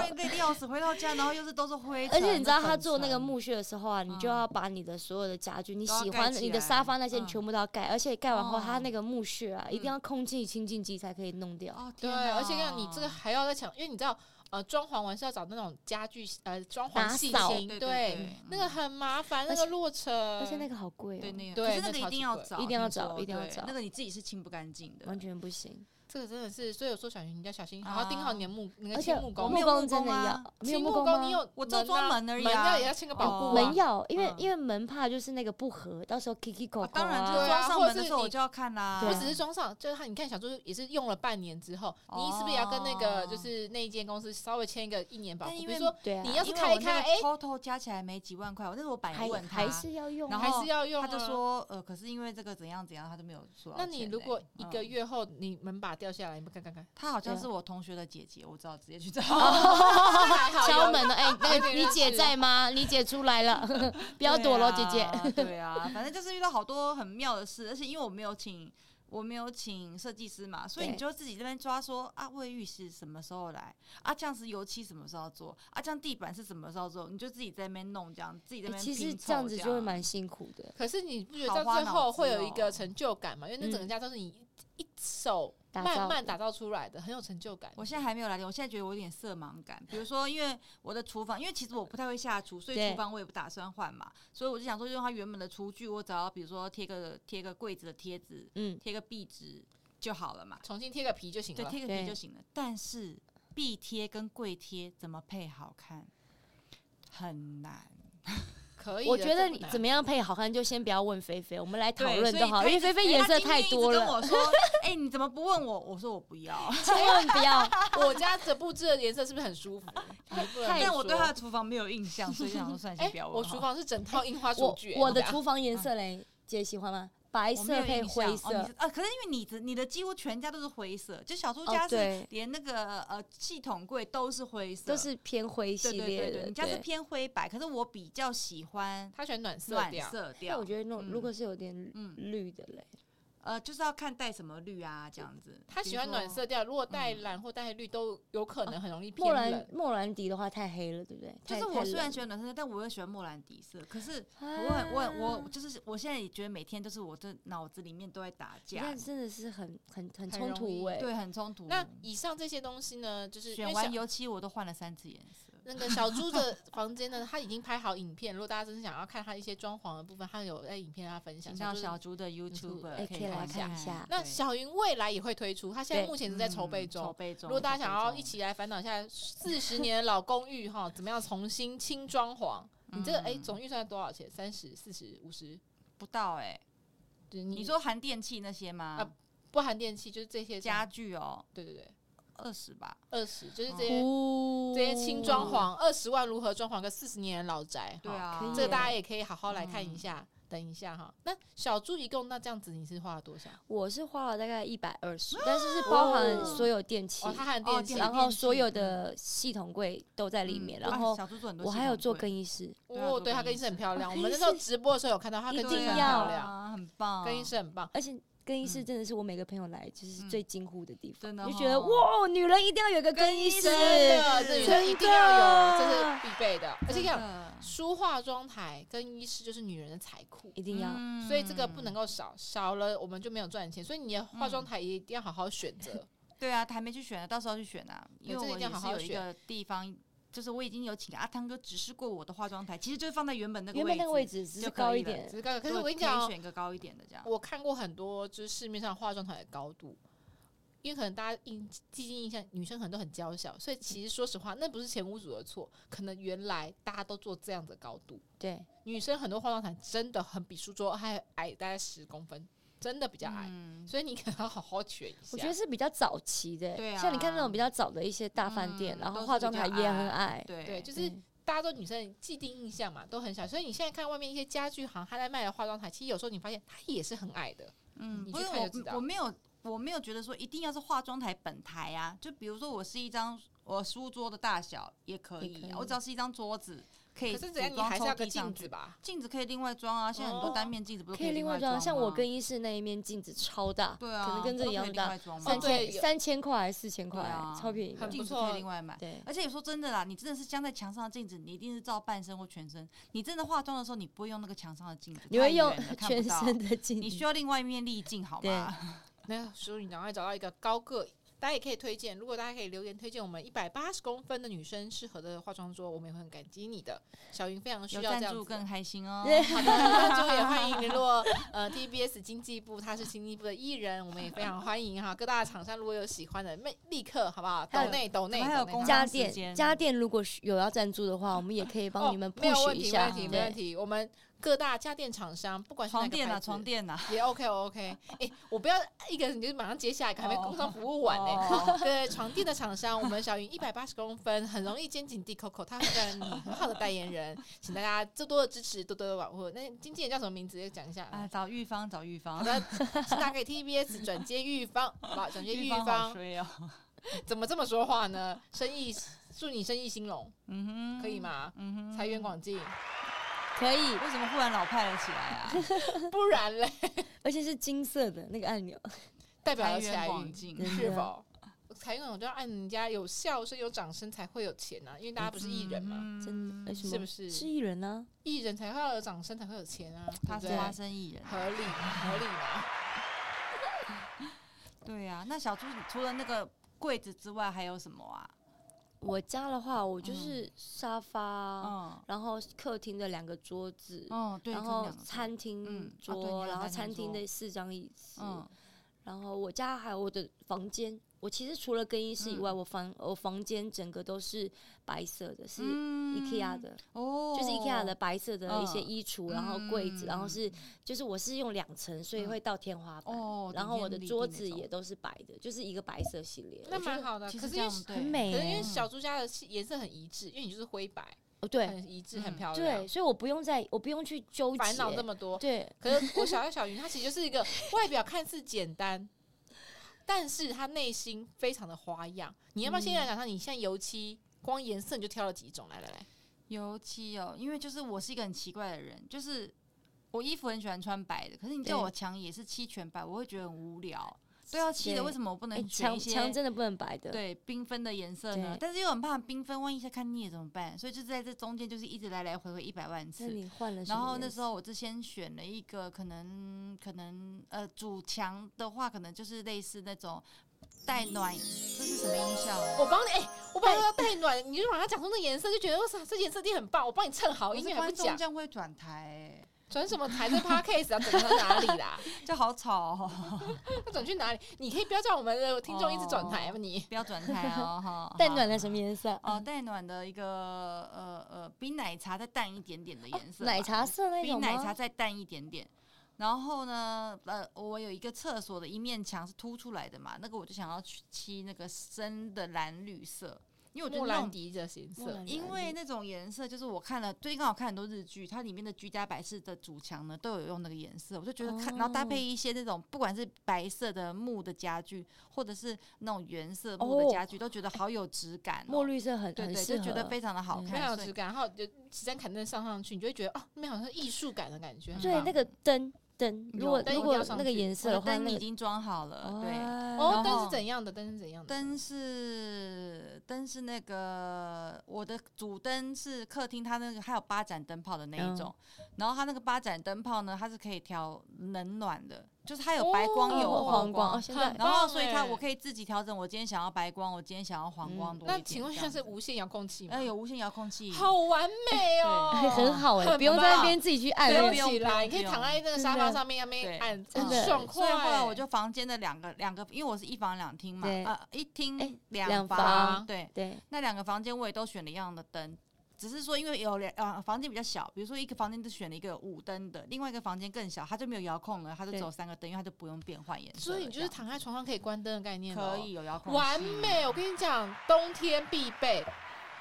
Speaker 4: 的
Speaker 3: 好不容。易累得要死，回到家然后又是都是灰尘，
Speaker 4: 而且你知道
Speaker 3: 都
Speaker 4: 他
Speaker 3: 粉
Speaker 4: 做那个
Speaker 3: 尘，嗯
Speaker 4: 木屑的时候啊，你就要把你的所有的家具、你
Speaker 3: 都要
Speaker 4: 喜
Speaker 3: 盖
Speaker 4: 欢的、
Speaker 3: 起
Speaker 4: 你的
Speaker 3: 来
Speaker 4: 沙发那些，你
Speaker 3: 嗯
Speaker 4: 全部都要盖。而且盖完后，
Speaker 3: 哦
Speaker 4: 他那个木屑啊，一定
Speaker 3: 嗯
Speaker 4: 要空气清净机才可以弄掉。
Speaker 3: 哦
Speaker 2: 对，
Speaker 3: 天哪，
Speaker 2: 而且看你这个还要再抢，因为你知道，呃，装潢完是要找那种家具，呃，装潢
Speaker 4: 打
Speaker 2: 细
Speaker 4: 扫
Speaker 2: 心，
Speaker 3: 对对对
Speaker 2: 那个很麻烦，那
Speaker 4: 而
Speaker 2: 个
Speaker 4: 且
Speaker 2: 落车，
Speaker 4: 而且那
Speaker 2: 个
Speaker 4: 个好贵
Speaker 3: 对
Speaker 4: 哦，
Speaker 3: 那个，
Speaker 2: 对
Speaker 3: 可是
Speaker 2: 那
Speaker 3: 那个一
Speaker 2: 超
Speaker 3: 定
Speaker 2: 级
Speaker 3: 要
Speaker 2: 贵
Speaker 3: 找，
Speaker 4: 一定要
Speaker 3: 听
Speaker 4: 找
Speaker 3: 说
Speaker 4: 一定要
Speaker 3: 对
Speaker 4: 找
Speaker 3: 那个你自己是清不干净的，
Speaker 4: 完全不行。
Speaker 2: 这个真的是，所以有时候小云你要小心，好好
Speaker 3: 啊
Speaker 2: 盯好你的木，那
Speaker 4: 而
Speaker 2: 个
Speaker 4: 且
Speaker 2: 清木工
Speaker 3: 没
Speaker 4: 木
Speaker 3: 有
Speaker 4: 工
Speaker 3: 木
Speaker 4: 真
Speaker 3: 工
Speaker 4: 的
Speaker 3: 啊
Speaker 4: 要没有
Speaker 2: 清
Speaker 4: 木
Speaker 2: 木
Speaker 4: 工
Speaker 2: 工
Speaker 4: 吗
Speaker 2: 你有
Speaker 3: 我只有
Speaker 2: 门啊
Speaker 3: 装门而已啊
Speaker 2: 门要也要签个保
Speaker 3: 哦
Speaker 2: 护啊，
Speaker 4: 门要，因为、
Speaker 3: 嗯
Speaker 4: 因为门怕就是那个不合，到时候 Kiki 口口、
Speaker 3: 啊当然就是
Speaker 2: 对
Speaker 3: 装
Speaker 2: 啊
Speaker 3: 上
Speaker 2: 或者
Speaker 3: 门的
Speaker 2: 是
Speaker 3: 时候我
Speaker 2: 你
Speaker 3: 就要看啦，
Speaker 4: 对
Speaker 2: 我
Speaker 4: 啊
Speaker 2: 只是装上，就是他，你看小猪也是用了半年之后，你是不是也要跟那
Speaker 3: 哦
Speaker 2: 个就是那一间公司稍微签一个一年保护？
Speaker 3: 但因
Speaker 2: 比
Speaker 3: 为
Speaker 2: 如说
Speaker 4: 对啊，
Speaker 2: 你要是
Speaker 3: 因为
Speaker 2: 开
Speaker 3: 我
Speaker 2: 一开，
Speaker 3: 那个
Speaker 2: 哎，
Speaker 3: 偷偷加起来没几万块，我那时候我本来
Speaker 4: 还
Speaker 3: 问他，
Speaker 4: 还是要用啊，
Speaker 3: 然后
Speaker 2: 还是要用啊，
Speaker 3: 他就说呃，可是因为这个怎样怎样，他都没有说要
Speaker 2: 那
Speaker 3: 钱嘞。
Speaker 2: 你如果一个
Speaker 3: 嗯，
Speaker 2: 月后你门把掉下来，你们看看看，
Speaker 3: 他好像
Speaker 4: 对啊哦
Speaker 3: 是我同学的姐姐，我只好直接去找。
Speaker 2: 还好有
Speaker 4: 敲门了，哎、那
Speaker 2: 有
Speaker 4: 个
Speaker 2: 点
Speaker 4: 你
Speaker 2: 认
Speaker 4: 姐
Speaker 2: 识
Speaker 4: 在吗？你姐出来了， 不要躲了，姐姐。
Speaker 3: 姐。对啊，反正就是遇到好多很妙的事，而且因为我没有请。我没有请设计师嘛，所以
Speaker 4: 对
Speaker 3: 你就自己这边抓说啊，卫浴是什么时候来啊？这样子油漆什么时候做啊？这样地板是什么时候做？你就自己在那边弄，这样自己
Speaker 4: 哎
Speaker 3: 在那边
Speaker 4: 其实
Speaker 3: 拼凑
Speaker 4: 这样子就会
Speaker 3: 样
Speaker 4: 蛮辛苦的，
Speaker 2: 可是你不觉得
Speaker 3: 好
Speaker 2: 到
Speaker 3: 花
Speaker 2: 最
Speaker 3: 脑
Speaker 2: 后
Speaker 3: 子
Speaker 2: 会有
Speaker 3: 哦
Speaker 2: 一个成就感吗？因为那整个
Speaker 4: 嗯
Speaker 2: 家都是你一一手
Speaker 4: 打造
Speaker 2: 慢慢
Speaker 4: 的
Speaker 2: 打造出来的，很有成就感。
Speaker 3: 我现在还没有来电，我现在觉得我有点色盲感。比如说，因为我的厨房，因为其实我不太会下厨，所以
Speaker 4: 对
Speaker 3: 厨房我也不打算换嘛，所以我就想说，用它原本的厨具，我只要比如说贴个贴个柜子的贴纸，
Speaker 4: 嗯，
Speaker 3: 贴个壁纸就好了嘛，
Speaker 2: 重新贴个皮就行
Speaker 3: 对，
Speaker 2: 了。
Speaker 3: 贴个
Speaker 4: 对
Speaker 3: 皮就行了。但是壁贴跟柜贴怎么配好看，很难。
Speaker 2: 可以的。
Speaker 4: 我觉
Speaker 2: 这
Speaker 4: 得
Speaker 2: 不
Speaker 4: 你
Speaker 2: 难
Speaker 4: 怎 么样配好看，就先不要问菲菲，我们来讨
Speaker 3: 对
Speaker 4: 论
Speaker 3: 所
Speaker 4: 就
Speaker 3: 以
Speaker 4: 好，
Speaker 3: 他
Speaker 4: 因为
Speaker 3: 一直
Speaker 4: 菲菲
Speaker 3: 哎
Speaker 4: 颜
Speaker 3: 他
Speaker 4: 色
Speaker 3: 今
Speaker 4: 太
Speaker 3: 天一直
Speaker 4: 多
Speaker 3: 跟
Speaker 4: 了，
Speaker 3: 我说， 哎、你怎么不问我？我说我不要，
Speaker 4: 千万不 要。
Speaker 2: 我家的布置的颜色是不是很舒服？ 你不能 说
Speaker 4: 太
Speaker 3: 但我对他的厨房没有印象，所以 想说算
Speaker 2: 哎、
Speaker 3: 先不要问
Speaker 2: 我
Speaker 3: 好
Speaker 2: 厨
Speaker 3: 了。
Speaker 2: 房是整套樱花
Speaker 4: 我
Speaker 2: 厨具、哎
Speaker 4: 我的
Speaker 2: 等一下
Speaker 4: 厨房颜色嘞，姐喜欢吗？白
Speaker 3: 嗯我没
Speaker 4: 色
Speaker 3: 有
Speaker 4: 配
Speaker 3: 印
Speaker 4: 灰
Speaker 3: 象哦你
Speaker 4: 色
Speaker 3: 是，啊，可是因为你的你的几乎全家都是灰色，就小猪
Speaker 4: 哦
Speaker 3: 家是
Speaker 4: 对
Speaker 3: 连那个、呃系统柜都是灰色，
Speaker 4: 都是偏灰
Speaker 3: 对
Speaker 4: 系
Speaker 3: 对对
Speaker 4: 列
Speaker 3: 对，
Speaker 4: 的。
Speaker 3: 你家是
Speaker 4: 对
Speaker 3: 偏灰白，可是我比较喜欢
Speaker 2: 他选暖色
Speaker 3: 暖
Speaker 2: 调，
Speaker 3: 色
Speaker 4: 但
Speaker 3: 调
Speaker 4: 我，觉得那种
Speaker 3: 嗯
Speaker 4: 如果是有点
Speaker 3: 嗯
Speaker 4: 绿的嘞，
Speaker 3: 呃，就是要看带什么绿啊这样子。
Speaker 2: 嗯他
Speaker 3: 比
Speaker 2: 喜
Speaker 3: 如
Speaker 2: 欢暖
Speaker 3: 说
Speaker 2: 色调，如果带蓝或带绿都有可能很容易
Speaker 4: 莫
Speaker 2: 偏
Speaker 4: 兰
Speaker 2: 冷。
Speaker 4: 莫兰迪的话太黑了，对不对？
Speaker 3: 就
Speaker 4: 太
Speaker 3: 是
Speaker 4: 太
Speaker 3: 我
Speaker 4: 冷
Speaker 3: 虽然喜欢暖色调，但我又喜欢莫兰迪色。可是我
Speaker 4: 啊
Speaker 3: 很我很我就是我现在也觉得每天就是我这脑子里面都在打
Speaker 4: 你
Speaker 3: 架
Speaker 4: 看，真的是很很
Speaker 2: 很
Speaker 4: 很冲
Speaker 2: 容易
Speaker 4: 突哎。
Speaker 3: 对，很冲突。
Speaker 2: 那以上这些东西呢，就是因
Speaker 3: 选
Speaker 2: 为
Speaker 3: 完
Speaker 2: 小
Speaker 3: 油漆我都换了三次颜色。
Speaker 2: 那个小猪的房间呢，他已经拍好影片。如果大家真的想要看他一些装潢的部分，他有在影片他分享。
Speaker 3: 请到
Speaker 2: 猪
Speaker 3: 小猪的
Speaker 4: 哎
Speaker 3: YouTube
Speaker 4: 可以来
Speaker 3: 看
Speaker 4: 看一下
Speaker 2: 那小云未来也会推出，他现在
Speaker 4: 对
Speaker 2: 目前是在筹备
Speaker 3: 嗯筹
Speaker 2: 中。
Speaker 3: 备中。
Speaker 2: 如果大家想
Speaker 3: 筹
Speaker 2: 要
Speaker 3: 备中
Speaker 2: 一，起来烦恼一 下四十年的老公寓哈，怎么样重新轻装潢？你这个哎、
Speaker 3: 嗯
Speaker 2: 总预算多少钱？三十、四十、五十？
Speaker 3: 不到哎，
Speaker 2: 就是
Speaker 3: 你
Speaker 2: 你
Speaker 3: 说含电器那些吗
Speaker 2: 啊？不含电器，就是这些
Speaker 3: 家，具哦，
Speaker 2: 对对对，
Speaker 3: 二十吧。
Speaker 2: 二十就是这些、
Speaker 4: 哦
Speaker 2: 这些轻装潢，二十万如何装潢个四十年的老宅？
Speaker 3: 对
Speaker 2: 哈，
Speaker 3: 啊嗯
Speaker 4: 可
Speaker 2: 这
Speaker 4: 以，
Speaker 2: 个
Speaker 4: 耶
Speaker 2: 大家也可以好好来看一下。等一下哈，那小猪一共那这样子你是花了多少？
Speaker 4: 我是花了大概一百二十，但是是包含所有电器
Speaker 2: 哦，，它含
Speaker 3: 哦
Speaker 2: 电器
Speaker 3: 电，
Speaker 4: 然后所有
Speaker 3: 电器嗯
Speaker 4: 的系统柜都在里面，
Speaker 3: 嗯
Speaker 4: 然
Speaker 3: 哇
Speaker 4: 后
Speaker 3: 小猪做很多
Speaker 4: 我
Speaker 3: 系统柜，
Speaker 4: 还有做更衣室，
Speaker 3: 对啊
Speaker 2: 哦，对，
Speaker 3: 做
Speaker 2: 它
Speaker 3: 更
Speaker 2: 更
Speaker 3: 衣
Speaker 2: 衣
Speaker 3: 室
Speaker 2: 室很漂亮。
Speaker 4: 哦
Speaker 2: 我
Speaker 4: 更
Speaker 2: 们
Speaker 4: 衣
Speaker 2: 那时候
Speaker 4: 室
Speaker 2: 直播的时候有看到它
Speaker 3: 一
Speaker 2: 更衣室
Speaker 3: 定
Speaker 2: 啊很
Speaker 3: 要
Speaker 2: 漂亮，
Speaker 3: 啊，很棒。
Speaker 2: 更衣室很棒。
Speaker 4: 而且更衣室
Speaker 3: 嗯
Speaker 4: 真的是我每个朋友来就是
Speaker 3: 嗯
Speaker 4: 最惊呼的地方，
Speaker 3: 真的
Speaker 4: 就觉得
Speaker 3: 哦
Speaker 4: 哇，女人一定要有个更衣室，
Speaker 2: 真的，这女人一定要有，啊这是必备的。而且
Speaker 3: 真
Speaker 2: 讲
Speaker 3: 的
Speaker 2: 梳化妆台跟衣饰就是女人的财库，
Speaker 4: 一定要。
Speaker 3: 嗯
Speaker 2: 所以这个不能够少，少了我们就没有赚钱。所以你的化
Speaker 3: 嗯
Speaker 2: 妆台也一定要好好选 择。
Speaker 3: 对啊，还没去选呢，到时候去选啊，
Speaker 2: 对
Speaker 3: 因为
Speaker 2: 这
Speaker 3: 我
Speaker 2: 一定要
Speaker 3: 也是
Speaker 2: 好好
Speaker 3: 有一
Speaker 2: 选
Speaker 3: 个地方，就是我已经有请阿汤哥指示过我的化妆台，其实就是放在原本那个
Speaker 4: 原本那个位
Speaker 3: 置，
Speaker 4: 置只
Speaker 3: 就是可以
Speaker 4: 高一
Speaker 3: 了
Speaker 4: 点
Speaker 2: 只，是刚，可是
Speaker 3: 就
Speaker 2: 我跟你
Speaker 3: 可以
Speaker 2: 讲哦，
Speaker 3: 选一个高一点的这样。
Speaker 2: 我看过很多就是市面上化妆台的高度。因为可能大家印既定印象，女生可能都很娇小，所以其实说实话，那不是前屋主的错，可能原来大家都做这样的高度，
Speaker 4: 对，
Speaker 2: 女生很多化妆台真的很比书桌还矮大概十公分，真的比较矮，
Speaker 3: 嗯，
Speaker 2: 所以你可能要好好选一下。
Speaker 4: 我觉得是比较早期的，
Speaker 3: 啊对啊
Speaker 4: 像你看那种比较早的一些大饭店，
Speaker 3: 嗯
Speaker 4: 然后
Speaker 3: 都是
Speaker 4: 化妆
Speaker 3: 比
Speaker 4: 台
Speaker 3: 较
Speaker 4: 也很
Speaker 3: 矮
Speaker 4: 矮，
Speaker 3: 对，嗯
Speaker 2: 对，就是
Speaker 4: 对
Speaker 2: 大家都女生既定印象嘛，都很小，所以你现在看外面一些家具行，他在卖的化妆台，其实有时候你发现它也是很矮的，
Speaker 3: 嗯，
Speaker 2: 你
Speaker 3: 不
Speaker 2: 去
Speaker 3: 是
Speaker 2: 看就知
Speaker 3: 我
Speaker 2: 道
Speaker 3: 我没有我没有觉得说一定要是化妆台本台啊，就比如说我是一张我书桌的大小也可
Speaker 4: 也
Speaker 3: 以
Speaker 4: 可
Speaker 3: 啊，我
Speaker 4: 以
Speaker 3: 只要是一张桌子可以
Speaker 2: 可
Speaker 3: 组
Speaker 2: 是
Speaker 3: 装抽屉上去，
Speaker 2: 怎样你还是要个镜子吧？
Speaker 3: 镜子可以另外装啊，现在很多
Speaker 2: 哦
Speaker 3: 单面镜子不是
Speaker 4: 可以另
Speaker 3: 外
Speaker 4: 外装。像我
Speaker 3: 吗
Speaker 4: 更衣室那一面镜子超大，
Speaker 3: 对啊，
Speaker 4: 可能跟这
Speaker 3: 都
Speaker 4: 一
Speaker 3: 可以
Speaker 4: 样
Speaker 3: 另
Speaker 4: 大，
Speaker 3: 外装嘛
Speaker 4: 三
Speaker 2: 哦对
Speaker 4: 千
Speaker 2: 有
Speaker 4: 三千块四千
Speaker 3: 对
Speaker 4: 块
Speaker 3: 啊，
Speaker 4: 超便宜的
Speaker 2: 很，不
Speaker 3: 镜子
Speaker 2: 错
Speaker 3: 可以另外买。
Speaker 4: 对，
Speaker 3: 而且有时候真的啦，你真的是镶在墙上的镜子，你一定是照半身或全身。你真的化妆的时候，你不会用那个墙上的镜子，
Speaker 4: 你
Speaker 3: 太
Speaker 4: 会
Speaker 3: 远
Speaker 4: 用
Speaker 3: 了看
Speaker 4: 全
Speaker 3: 不到
Speaker 4: 身的镜
Speaker 3: 你
Speaker 4: 子
Speaker 3: 需。要另外一面滤镜，好吗？
Speaker 2: 那所以你赶快找到一个高个。大家也可以推荐，如果大家可以留言推荐我们一百八十公分的女生适合的化妆桌，我们也会很感激你的。小云非常需
Speaker 3: 有
Speaker 2: 要这
Speaker 3: 赞
Speaker 2: 样
Speaker 3: 助
Speaker 2: 子
Speaker 3: 更
Speaker 2: 的。
Speaker 3: 开心哦。
Speaker 4: 对
Speaker 2: 好的，那就也欢迎联络呃 TBS 经济部，他是经济部的艺人，我们也非常欢迎哈。各大厂商如果有喜欢的，立立刻好不好？
Speaker 4: 还
Speaker 2: 抖
Speaker 4: 有
Speaker 2: 内抖内，
Speaker 3: 还有
Speaker 2: 抖内
Speaker 3: 公
Speaker 2: 抖内
Speaker 4: 家
Speaker 3: 时间
Speaker 4: 电家电如果是有要赞助的话，我们也可以帮你们
Speaker 2: 哦没有
Speaker 4: push
Speaker 2: 问
Speaker 4: 一
Speaker 2: 题，没
Speaker 4: 下。
Speaker 2: 问题，没问
Speaker 4: 对，
Speaker 2: 题。我们各大家电厂商，不管是哪
Speaker 3: 床
Speaker 2: 个
Speaker 3: 垫啊，
Speaker 2: 牌子
Speaker 3: 床垫啊，
Speaker 2: 也 OK OK。哎， 我不要一个人就是马上接下一个，还没
Speaker 3: 哦
Speaker 2: 工商服务完呢、
Speaker 3: 哦
Speaker 2: 对，床垫的厂商，我们小云一百八十公分，很容易肩颈地 Coco，他是你很好的代言人，请大家多多的支持，多多的保护。那经纪人叫什么名字？也讲一下。
Speaker 3: 啊，找玉芳，找玉
Speaker 2: 好
Speaker 3: 芳，
Speaker 2: 的，请大家给 TBS 转接玉芳，好吧，转接玉
Speaker 3: 芳好
Speaker 2: 芳，
Speaker 3: 衰哦。
Speaker 2: 怎么这么说话呢？生意，祝你生意兴隆，
Speaker 3: 嗯哼，
Speaker 2: 可以？吗？
Speaker 3: 嗯哼，
Speaker 2: 财源广进，
Speaker 4: 可以，
Speaker 3: 为什么忽然老派了起来啊？
Speaker 2: 不然 嘞，
Speaker 4: 而且是金色的那个按钮，
Speaker 2: 代表
Speaker 3: 财
Speaker 2: 了
Speaker 3: 源
Speaker 2: 财
Speaker 3: 广
Speaker 2: 运。
Speaker 3: 进，
Speaker 4: 真
Speaker 2: 是
Speaker 4: 的
Speaker 2: 否？财运我就要按人家有笑声、有掌声才会有钱呐、因为大家不是艺人嘛，
Speaker 3: 嗯
Speaker 4: 真的哎什
Speaker 2: 是
Speaker 4: 么
Speaker 2: 不是？
Speaker 4: 是艺人呢？
Speaker 2: 艺人才会要有掌声，才会有钱啊，
Speaker 3: 他
Speaker 2: 对
Speaker 3: 是
Speaker 2: 不对
Speaker 3: 花生艺人，
Speaker 2: 合理合理嘛？
Speaker 3: 对呀。那小猪除了那个柜子之外，还有什么啊？
Speaker 4: 我家的话，我就是沙发，
Speaker 3: 嗯
Speaker 4: 然后客厅的两个桌子，
Speaker 3: 嗯，对，
Speaker 4: 然
Speaker 3: 可能
Speaker 4: 后
Speaker 3: 两个
Speaker 4: 餐厅
Speaker 3: 嗯啊对你
Speaker 4: 桌，
Speaker 3: 还有
Speaker 4: 然后
Speaker 3: 餐
Speaker 4: 餐
Speaker 3: 厅
Speaker 4: 厅
Speaker 3: 桌
Speaker 4: 的四张椅子，
Speaker 3: 嗯
Speaker 4: 然后我家还有我的房间，我其实除了更衣室以外，我房我房间整个都是白色的，是
Speaker 3: 嗯
Speaker 4: IKEA 的，
Speaker 3: 哦，
Speaker 4: 就是 IKEA 的白色的一些
Speaker 3: 嗯
Speaker 4: 衣橱，然后柜子，然后是就是我是用两层，所以会到天花板。
Speaker 3: 嗯哦，
Speaker 4: 然后我的
Speaker 3: 顶天
Speaker 4: 桌
Speaker 3: 立地
Speaker 4: 子
Speaker 3: 那
Speaker 4: 也
Speaker 3: 种
Speaker 4: 都是白的，就是一个白色系列。
Speaker 2: 那
Speaker 4: 我觉
Speaker 2: 蛮
Speaker 4: 得
Speaker 2: 好的。
Speaker 3: 其
Speaker 2: 可
Speaker 3: 实
Speaker 2: 是因为可
Speaker 3: 这样对
Speaker 4: 很美
Speaker 2: 是因
Speaker 4: 欸
Speaker 2: 为小猪家的系颜色很一致，因为你就是灰白，
Speaker 4: 哦，对
Speaker 2: 很一致，
Speaker 3: 嗯
Speaker 2: 很漂
Speaker 4: 对，
Speaker 2: 亮，
Speaker 4: 所以我不用再我不用去纠结
Speaker 2: 烦恼这么多。
Speaker 4: 对，
Speaker 2: 可是我小爱小云，她其实就是一个外表看似简单，但是她内心非常的花样。你要不要先来讲讲？你现在油漆光颜色你就挑了几种？来来来，
Speaker 3: 油漆哦，因为就是我是一个很奇怪的人，就是我衣服很喜欢穿白的，可是你叫
Speaker 4: 对
Speaker 3: 我墙也是漆全白，我会觉得很无聊。都要漆的，
Speaker 4: 对
Speaker 3: 为什么我不
Speaker 4: 哎
Speaker 3: 能选
Speaker 4: 墙
Speaker 3: 一些
Speaker 4: 墙真的不能白的。
Speaker 3: 对缤纷的颜色呢
Speaker 4: 对？
Speaker 3: 但是又很怕缤纷，万一下看腻了怎么办？所以就在这中间，就是一直来来回回一百万
Speaker 4: 那
Speaker 3: 次。
Speaker 4: 你换了什么颜色？。
Speaker 3: 然后那时候我就先选了一个，可能可能呃主墙的话，可能就是类似那种带暖，这是什么音效啊？
Speaker 2: 我帮你，哎、我本来要带暖，你就把它讲出那颜色，就觉得哇塞，这颜色一定很棒，我帮你衬好，
Speaker 3: 我
Speaker 2: 音
Speaker 3: 是
Speaker 2: 乐还
Speaker 3: 观
Speaker 2: 不
Speaker 3: 众
Speaker 2: 讲
Speaker 3: 这，样会转台、
Speaker 2: 转什么台这 podcast 啊，转到哪里啦？
Speaker 3: 欸，就好吵、哦。
Speaker 2: 要转去哪里？你可以不要叫我们的听众一直转台吗？你
Speaker 3: 不要转台哦，哈
Speaker 4: 淡暖的什么颜色？
Speaker 3: 好？哦，淡暖的一个呃呃，比奶茶再淡一点点的颜色
Speaker 4: 哦
Speaker 3: 吧、
Speaker 4: 奶茶色那
Speaker 3: 比
Speaker 4: 种吗
Speaker 3: 奶茶再淡一点点。然后呢，呃，我有一个厕所的一面墙是凸出来的嘛，那个我就想要去漆那个深的蓝绿色，因为我觉
Speaker 2: 莫
Speaker 3: 得那
Speaker 2: 兰
Speaker 3: 种。
Speaker 2: 迪的颜
Speaker 4: 莫兰
Speaker 2: 色
Speaker 4: 迪
Speaker 3: 因为那种颜色，就是我看了最近刚好看很多日剧，它里面的居家摆饰的主墙呢都有用那个颜色，我就觉得看，然后
Speaker 4: 哦
Speaker 3: 搭配一些那种不管是白色的木的家具，或者是那种原色木的
Speaker 4: 哦
Speaker 3: 家具，都觉得好有质感、哦。
Speaker 4: 墨绿色很
Speaker 3: 对
Speaker 4: 很
Speaker 3: 对，
Speaker 4: 适
Speaker 3: 就
Speaker 4: 合，
Speaker 3: 觉得非常的好
Speaker 4: 嗯
Speaker 3: 看，
Speaker 2: 非常有
Speaker 3: 所以
Speaker 2: 质感，然后就几盏砍灯上上去，你就会觉得哦，那边好像是艺术感的感觉。很
Speaker 4: 对
Speaker 2: 棒
Speaker 4: 那个灯灯，如
Speaker 3: 有
Speaker 4: 果
Speaker 2: 灯一
Speaker 4: 如
Speaker 2: 定
Speaker 4: 果
Speaker 2: 要上
Speaker 4: 那个
Speaker 2: 去
Speaker 4: 颜色
Speaker 3: 我
Speaker 4: 的
Speaker 3: 的
Speaker 4: 话，
Speaker 3: 灯
Speaker 4: 那
Speaker 3: 已
Speaker 4: 个
Speaker 3: 经装好了，对，
Speaker 4: 哦
Speaker 2: 哦，
Speaker 3: 然
Speaker 2: 灯
Speaker 3: 后
Speaker 2: 是怎样的？灯是怎样的？
Speaker 3: 灯是灯是那个我的主灯是客厅，它那个还有八盏灯泡的那一种，
Speaker 2: 嗯
Speaker 3: 然后它那个八盏灯泡呢，它是可以调冷暖的，就是它有白光
Speaker 2: 哦
Speaker 3: 有
Speaker 4: 或黄光，
Speaker 3: 光
Speaker 4: 哦，，现在
Speaker 2: 很
Speaker 3: 然后
Speaker 2: 棒
Speaker 3: 所以它
Speaker 2: 欸
Speaker 3: 我可以自己调整，我今天想要白光，我今天想要黄光
Speaker 4: 嗯
Speaker 3: 多一点。
Speaker 2: 那请问一下
Speaker 3: 这
Speaker 2: 是
Speaker 3: 样子
Speaker 2: 无线遥控器吗
Speaker 3: 呃？有无线遥控器，
Speaker 2: 好完美哦，
Speaker 4: 嘿很好哎，
Speaker 2: 哎 很
Speaker 4: 不用在那
Speaker 2: 棒
Speaker 4: 边自己去按
Speaker 2: 不用
Speaker 4: 那
Speaker 3: 对
Speaker 4: 个，
Speaker 2: 起来，你
Speaker 3: 不用
Speaker 2: 可以躺在那个沙发上面，那边按，
Speaker 3: 对
Speaker 2: 很
Speaker 4: 真的
Speaker 2: 爽
Speaker 3: 所以
Speaker 2: 快。欸
Speaker 3: 后来我就房间的两个两个，因为我是一房两厅嘛，
Speaker 4: 对
Speaker 3: 呃，一厅
Speaker 4: 哎
Speaker 3: 两
Speaker 4: 两
Speaker 2: 房
Speaker 3: 对，
Speaker 4: 对，
Speaker 3: 那两个房间我也都选了一样的灯，只是说因为有两啊房间比较小，比如说一个房间就选了一个有五灯的，另外一个房间更小，它就没有遥控了，它就只有三个灯，因为它就不用变换颜色了。
Speaker 2: 所以你就是
Speaker 3: 这
Speaker 2: 躺在床上可以关灯的概念
Speaker 3: 样
Speaker 2: 咯
Speaker 3: 可以，有遥控器，
Speaker 2: 完美。我跟你讲，冬天必备。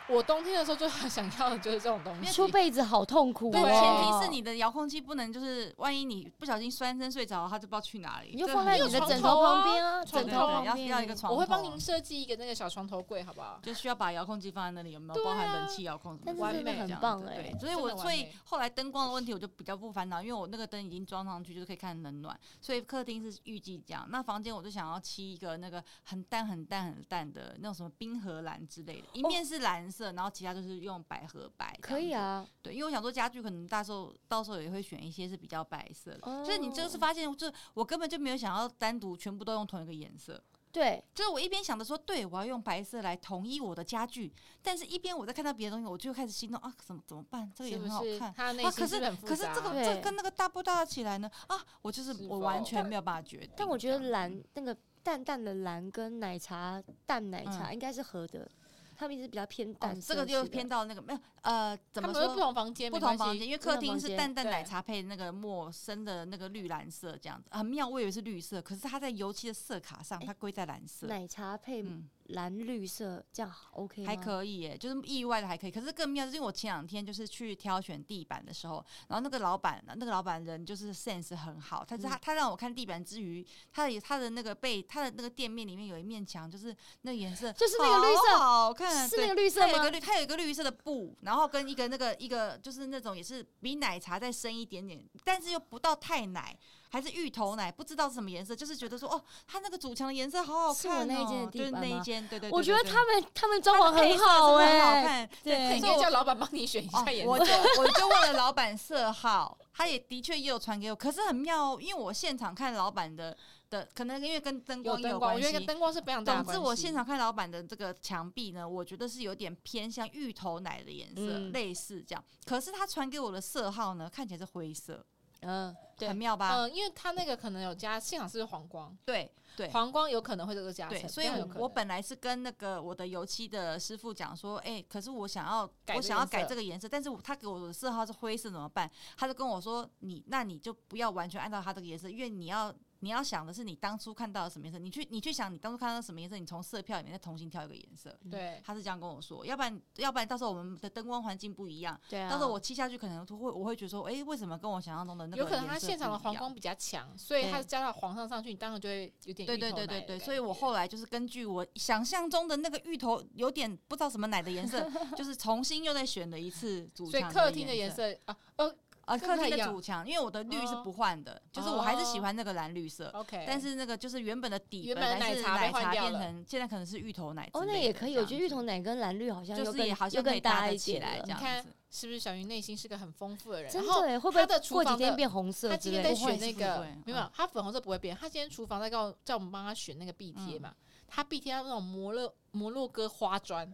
Speaker 2: 我冬天的时候最想要的就是这种东西。
Speaker 4: 出被子好痛苦
Speaker 2: 对
Speaker 3: 但
Speaker 4: 哦，
Speaker 3: 前提是你的遥控器不能就是万一你不小心翻身睡着，它就不知道去哪里。
Speaker 4: 你就
Speaker 3: 这
Speaker 4: 放在
Speaker 2: 有
Speaker 4: 你的
Speaker 2: 床
Speaker 4: 枕
Speaker 2: 头
Speaker 4: 头
Speaker 2: 啊
Speaker 4: 旁边啊，
Speaker 2: 床
Speaker 4: 枕
Speaker 3: 对
Speaker 4: 头
Speaker 2: 头啊
Speaker 4: 旁
Speaker 3: 要
Speaker 4: 边
Speaker 3: 要一个床头，
Speaker 2: 我会帮您设计一个那个小床头柜，好不好？
Speaker 3: 就需要把遥控器放在那里，有没有
Speaker 2: 对
Speaker 3: 包
Speaker 2: 啊
Speaker 3: 含冷气遥控什么
Speaker 4: 但
Speaker 3: 之
Speaker 4: 是
Speaker 3: 类的？
Speaker 2: 完美
Speaker 4: 很
Speaker 3: 这样子
Speaker 4: 棒哎
Speaker 3: 欸对，所以
Speaker 2: 欸真的
Speaker 3: 我
Speaker 2: 嗯完
Speaker 3: 所以
Speaker 2: 美
Speaker 3: 后来灯光的问题我就比较不烦恼，因为我那个灯已经装上去，就是可以看冷暖，所以客厅是预计这样。那房间我就想要漆一个那个很淡很淡很淡的那种什么冰河蓝之类的，一面是蓝色，然后其他就是用百合白。
Speaker 4: 可以，啊，
Speaker 3: 对，因为我想说家具可能到时候到时候也会选一些是比较白色的。
Speaker 4: 就
Speaker 3: 就是你就是发现，就是我根本就没有想要单独全部都用同一个颜色，
Speaker 4: 对，
Speaker 3: 就是我一边想着说，对我要用白色来统一我的家具，但是一边我在看到别的东西，我就开始心动啊，怎么怎么办？这个也
Speaker 2: 是不
Speaker 3: 很好
Speaker 2: 是
Speaker 3: 看？
Speaker 2: 他内
Speaker 3: 啊，
Speaker 2: 心
Speaker 3: 可
Speaker 2: 是不很复
Speaker 3: 可是
Speaker 2: 杂。
Speaker 3: 这个
Speaker 4: 对
Speaker 3: 这跟那个搭不搭得起来呢？啊，我就是
Speaker 2: 是否
Speaker 3: 我完全没有办法决定。
Speaker 4: 但我觉
Speaker 3: 这
Speaker 4: 得
Speaker 3: 样
Speaker 4: 蓝那个淡淡的蓝跟奶茶淡奶茶
Speaker 3: 嗯
Speaker 4: 应该是合的，他们一直比较偏
Speaker 3: 哦
Speaker 4: 淡，
Speaker 3: 这个就偏
Speaker 4: 淡，
Speaker 3: 到那个没有呃，怎
Speaker 2: 他
Speaker 3: 么
Speaker 2: 们是
Speaker 3: 说
Speaker 2: 不？同房间，
Speaker 3: 不
Speaker 2: 没
Speaker 3: 同
Speaker 2: 关
Speaker 3: 房
Speaker 2: 系。
Speaker 3: 间，因为
Speaker 4: 不
Speaker 3: 客
Speaker 4: 同
Speaker 3: 厅
Speaker 4: 房
Speaker 3: 是
Speaker 4: 间
Speaker 3: 淡淡
Speaker 2: 对
Speaker 3: 奶茶配那个陌生的那个绿蓝色，这样子很妙。我以为是绿色，可是它在油漆的色卡上，
Speaker 4: 哎
Speaker 3: 它归在蓝色。
Speaker 4: 奶茶配
Speaker 3: 嗯，
Speaker 4: 蓝绿色，这样好 OK
Speaker 3: 还
Speaker 4: 吗
Speaker 3: 可以耶、就是意外的还可以。可是更妙，就是因为我前两天就是去挑选地板的时候，然后那个老板，那个老板人就是 sense 很好，他
Speaker 4: 嗯
Speaker 3: 是他、他让我看地板之余，他的他的那个被他的那个店面里面有一面墙，就是那个颜色，
Speaker 4: 就是那个绿色
Speaker 3: 好好看，啊
Speaker 4: 是
Speaker 3: 对
Speaker 4: 那个绿色
Speaker 3: 它有一
Speaker 4: 吗
Speaker 3: 个绿，它有一个绿色的布，然后跟一个那个一个就是那种也是比奶茶再深一点点，但是又不到太奶，还是芋头奶，不知道是什么颜色，就是觉得说哦，它那个主墙的颜色好好
Speaker 4: 是我
Speaker 3: 看哦，
Speaker 4: 那一间的地
Speaker 3: 就是
Speaker 4: 板
Speaker 3: 那一
Speaker 4: 吗
Speaker 3: 间，对对对
Speaker 4: 我觉得
Speaker 3: 对
Speaker 4: 他们他们装
Speaker 3: 它
Speaker 4: 潢
Speaker 3: 的配
Speaker 4: 很
Speaker 3: 色真的很好
Speaker 4: 哎，
Speaker 3: 看。
Speaker 2: 那
Speaker 4: 对
Speaker 2: 你可
Speaker 3: 所以
Speaker 2: 以
Speaker 3: 我
Speaker 2: 叫老板帮你选一
Speaker 3: 哦
Speaker 2: 下颜，
Speaker 3: 我
Speaker 2: 色。
Speaker 3: 就我就问了老板色号，他也的确也有传给我，可是很妙哦，因为我现场看老板的的，可能因为跟
Speaker 2: 有
Speaker 3: 灯光也
Speaker 2: 灯光，
Speaker 3: 关
Speaker 2: 我觉得
Speaker 3: 系。
Speaker 2: 灯光是非常大的
Speaker 3: 总
Speaker 2: 关系。
Speaker 3: 之，我现场看老板的这个墙壁呢，我觉得是有点偏向芋头奶的颜色，
Speaker 4: 嗯
Speaker 3: 类似这样。可是他传给我的色号呢，看起来是灰色，
Speaker 4: 嗯，对
Speaker 3: 很，妙吧？
Speaker 2: 嗯，因为它那个可能有加，现场是黄光，
Speaker 3: 对对
Speaker 2: 黄光有可能会这个加成，
Speaker 3: 对，所以
Speaker 2: 非常有
Speaker 3: 我
Speaker 2: 可能
Speaker 3: 我本来是跟那个我的油漆的师傅讲说，哎、可是我想要
Speaker 2: 改
Speaker 3: 我
Speaker 2: 这
Speaker 3: 想要
Speaker 2: 颜色
Speaker 3: 改这个颜色，但是我他给我的色号是灰色怎么办？他就跟我说，你那你就不要完全按照他这个颜色，因为你要。你要想的是你当初看到的什么颜色，你去你去想你当初看到什么颜色，你从色票里面再重新挑一个颜色。
Speaker 2: 对
Speaker 3: 他是这样跟我说，要不然要不然到时候我们的灯光环境不一样，
Speaker 4: 对啊，
Speaker 3: 到时候我漆下去可能会我会觉得说，哎、为什么跟我想象中的那个
Speaker 2: 有可能
Speaker 3: 颜
Speaker 2: 它
Speaker 3: 色
Speaker 2: 现场的
Speaker 3: 不一
Speaker 2: 黄
Speaker 3: 样
Speaker 2: 光比较强，所以它
Speaker 4: 对
Speaker 2: 加到黄上上去，你当然就会有点
Speaker 3: 对
Speaker 2: 芋
Speaker 3: 对
Speaker 2: 头
Speaker 3: 对
Speaker 2: 奶
Speaker 3: 对
Speaker 2: 的
Speaker 3: 对，
Speaker 2: 感
Speaker 3: 所以我
Speaker 2: 觉
Speaker 3: 后来就是根据我想象中的那个芋头有点不知道什么奶的颜 色，就是重新又再选了一次主
Speaker 2: 所以
Speaker 3: 墙
Speaker 2: 客厅的
Speaker 3: 颜
Speaker 2: 颜色啊，呃
Speaker 3: 呃
Speaker 2: 不
Speaker 3: 客
Speaker 2: 太
Speaker 3: 厅
Speaker 2: 一
Speaker 3: 的
Speaker 2: 样
Speaker 3: 主墙，因为我的绿是
Speaker 2: 哦
Speaker 3: 不换的，就是我还是喜
Speaker 2: 哦
Speaker 3: 欢那个蓝绿色，
Speaker 2: ，OK，
Speaker 3: 呃但是那个就是原本的底
Speaker 2: 原
Speaker 3: 本
Speaker 2: 本的奶
Speaker 3: 是
Speaker 2: 茶被
Speaker 3: 奶
Speaker 2: 换
Speaker 3: 茶
Speaker 2: 掉
Speaker 3: 变
Speaker 2: 了
Speaker 3: 成现在可能是芋头奶之
Speaker 4: 哦，
Speaker 3: 类
Speaker 4: 那也
Speaker 3: 的这样子，
Speaker 4: 可以，我觉得芋头奶跟蓝绿好像
Speaker 3: 就
Speaker 4: 又
Speaker 3: 是也
Speaker 4: 更
Speaker 3: 好像
Speaker 4: 又
Speaker 3: 可以
Speaker 4: 更
Speaker 3: 搭
Speaker 4: 搭
Speaker 3: 得
Speaker 4: 一
Speaker 3: 起
Speaker 4: 点
Speaker 3: 来
Speaker 4: 了
Speaker 3: 这样
Speaker 2: 你看
Speaker 3: 子。
Speaker 2: 是不是小云内心是个很丰富的人？
Speaker 4: 真
Speaker 2: 然
Speaker 4: 的
Speaker 2: 后
Speaker 4: 欸，会不
Speaker 2: 他
Speaker 4: 会
Speaker 2: 的厨
Speaker 4: 过几
Speaker 2: 房
Speaker 4: 天
Speaker 2: 的
Speaker 4: 变红色
Speaker 2: 他
Speaker 4: 之
Speaker 2: 今天
Speaker 4: 类的
Speaker 2: 在
Speaker 3: 不？会
Speaker 2: 选那
Speaker 3: 是不
Speaker 2: 个
Speaker 3: 会
Speaker 2: 没有，他粉红色不会变。他今天厨房在告叫我们帮他选那个壁贴嘛，他壁贴他那种摩洛摩洛哥花砖，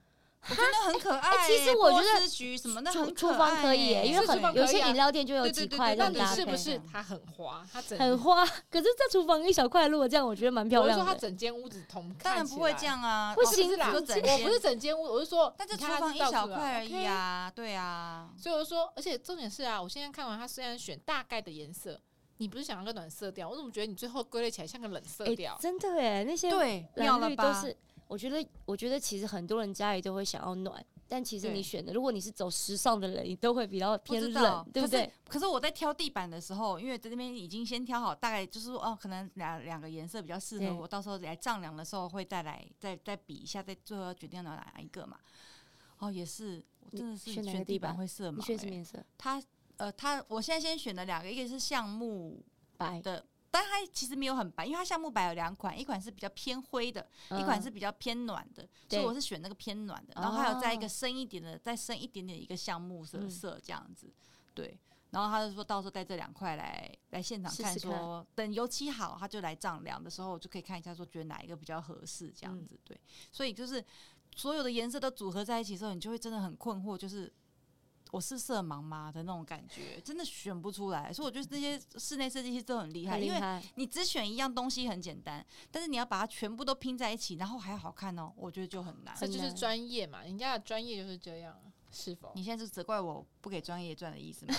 Speaker 3: 我觉得很可爱欸、
Speaker 4: 哎其实我
Speaker 3: 波
Speaker 4: 觉得
Speaker 3: 斯菊什么的
Speaker 4: 厨
Speaker 3: 很
Speaker 4: 厨
Speaker 3: 可
Speaker 4: 房
Speaker 3: 爱
Speaker 4: 可以欸，
Speaker 3: 欸
Speaker 4: 因为
Speaker 2: 是厨房
Speaker 4: 很有一
Speaker 2: 可以
Speaker 4: 些
Speaker 2: 啊
Speaker 4: 饮料店就有
Speaker 2: 对
Speaker 4: 几
Speaker 2: 对
Speaker 4: 块
Speaker 2: 对。
Speaker 4: 这
Speaker 2: 那
Speaker 4: 种
Speaker 2: 你
Speaker 4: 搭
Speaker 2: 是
Speaker 4: 配
Speaker 2: 不，是
Speaker 3: 配
Speaker 2: 他很花？他整
Speaker 4: 很花。可是，在厨房一小块如果这样，我觉得蛮漂
Speaker 2: 我是
Speaker 4: 亮
Speaker 2: 说他
Speaker 4: 的。
Speaker 2: 整间屋子同
Speaker 3: 当然
Speaker 2: 看起
Speaker 3: 不会
Speaker 2: 来
Speaker 3: 这，样啊，
Speaker 4: 会
Speaker 3: 哦
Speaker 2: 不是啦，
Speaker 3: 你
Speaker 2: 我
Speaker 3: 说整间
Speaker 2: 不是整间屋，我是说，
Speaker 3: 但这
Speaker 2: 你
Speaker 3: 厨
Speaker 2: 看它
Speaker 3: 房
Speaker 2: 是
Speaker 3: 一
Speaker 2: 到
Speaker 3: 小
Speaker 2: 处啊
Speaker 3: 块而已。
Speaker 2: OK
Speaker 3: 啊，对啊，
Speaker 2: 所以我说，而且重点是啊，我现在看完他虽然选大概的颜色，你不是想要个暖色调，我怎么觉得你最后归类起来像个冷色
Speaker 4: 哎
Speaker 2: 调？
Speaker 4: 真的哎，那些
Speaker 3: 对，妙
Speaker 4: 蓝
Speaker 3: 了
Speaker 4: 绿都
Speaker 3: 吧？
Speaker 4: 是，我觉得，我觉得其实很多人家里都会想要暖，但其实
Speaker 2: 对
Speaker 4: 你选的，如果你是走时尚的人，你都会比较
Speaker 3: 不
Speaker 4: 偏
Speaker 3: 知道
Speaker 4: 冷，对不对？？
Speaker 3: 可是可是我在挑地板的时候，因为在那边已经先挑好，大概就是说哦，可能两两个颜色比较适合
Speaker 4: 对
Speaker 3: 我，到时候来丈量的时候会再来再再比一下，再最后决定要拿哪一个嘛。哦，也是，我真的是
Speaker 4: 你选哪
Speaker 3: 选
Speaker 4: 个
Speaker 3: 地
Speaker 4: 地
Speaker 3: 板
Speaker 4: 板
Speaker 3: 会色盲、
Speaker 4: 你选什么
Speaker 3: 欸
Speaker 4: 颜色？
Speaker 3: 它呃，它我现在先选了两个，一个是橡木
Speaker 4: 白，
Speaker 3: 的。但它其实没有很白，因为它橡木白有两款，一款是比较偏灰的，一款
Speaker 4: 嗯
Speaker 3: 是比较偏暖的，所
Speaker 4: 对
Speaker 3: 以我是选那个偏暖的，然后还有再一个
Speaker 4: 哦
Speaker 3: 深一点的，再深一点点的一个橡木色
Speaker 4: 嗯
Speaker 3: 色这样子，对。然后他就说到时候带这两块来来现场
Speaker 4: 试
Speaker 3: 看
Speaker 4: 试
Speaker 3: 说，
Speaker 4: 看
Speaker 3: 等油漆好，他就来丈量的时候就可以看一下，说觉得哪一个比较合适这样
Speaker 4: 嗯
Speaker 3: 子，对。所以就是所有的颜色都组合在一起之后，你就会真的很困惑，就是我是色盲吗的那种感觉，真的选不出来。所以我觉得那些室内设计师都很厉害，
Speaker 4: 很厉
Speaker 3: 因为
Speaker 4: 害，
Speaker 3: 你只选一样东西很简单，但是你要把它全部都拼在一起，然后还好看哦，我觉得就很难。
Speaker 2: 这就是
Speaker 4: 难
Speaker 2: 专业嘛，人家的专业就是这样啊，是否？
Speaker 3: 你现在是责怪我不给专业赚的 意思吗？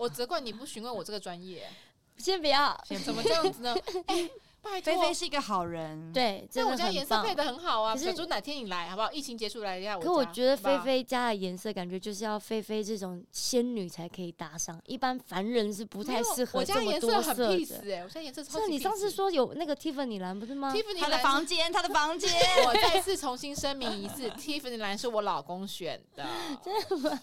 Speaker 2: 我责怪你不询问我这个专业，
Speaker 4: 先不要，
Speaker 3: 先
Speaker 2: 怎么
Speaker 3: 不
Speaker 2: 这
Speaker 3: 要
Speaker 2: 样子 呢？哎，拜
Speaker 3: 菲
Speaker 2: 托，
Speaker 3: 菲是一个好人，，
Speaker 4: 对，
Speaker 2: 在
Speaker 4: 真
Speaker 2: 我
Speaker 4: 的
Speaker 2: 家
Speaker 4: 很
Speaker 2: 颜色
Speaker 4: 棒
Speaker 2: 配的很好啊。
Speaker 4: 可是
Speaker 2: 小猪哪天你来好不好？疫情结束来一下我家。
Speaker 4: 可我觉得
Speaker 2: 好不好
Speaker 4: 菲菲家的颜色感觉就是要菲菲这种仙女才可以搭上，一般凡人是不太
Speaker 2: 没有
Speaker 4: 适合
Speaker 2: 我家
Speaker 4: 这么
Speaker 2: 颜
Speaker 4: 多
Speaker 2: 很
Speaker 4: 的。
Speaker 2: peace 哎，我家颜色超
Speaker 4: 是啊
Speaker 2: 级 peace。
Speaker 4: 你上 次说有那个 Tiffany 蓝不是吗？
Speaker 2: Tiffany
Speaker 3: 他的
Speaker 2: 蓝
Speaker 3: 房间，他的房 间，
Speaker 2: 我再次重新声明一次，Tiffany 蓝是我老公选 的，真的吗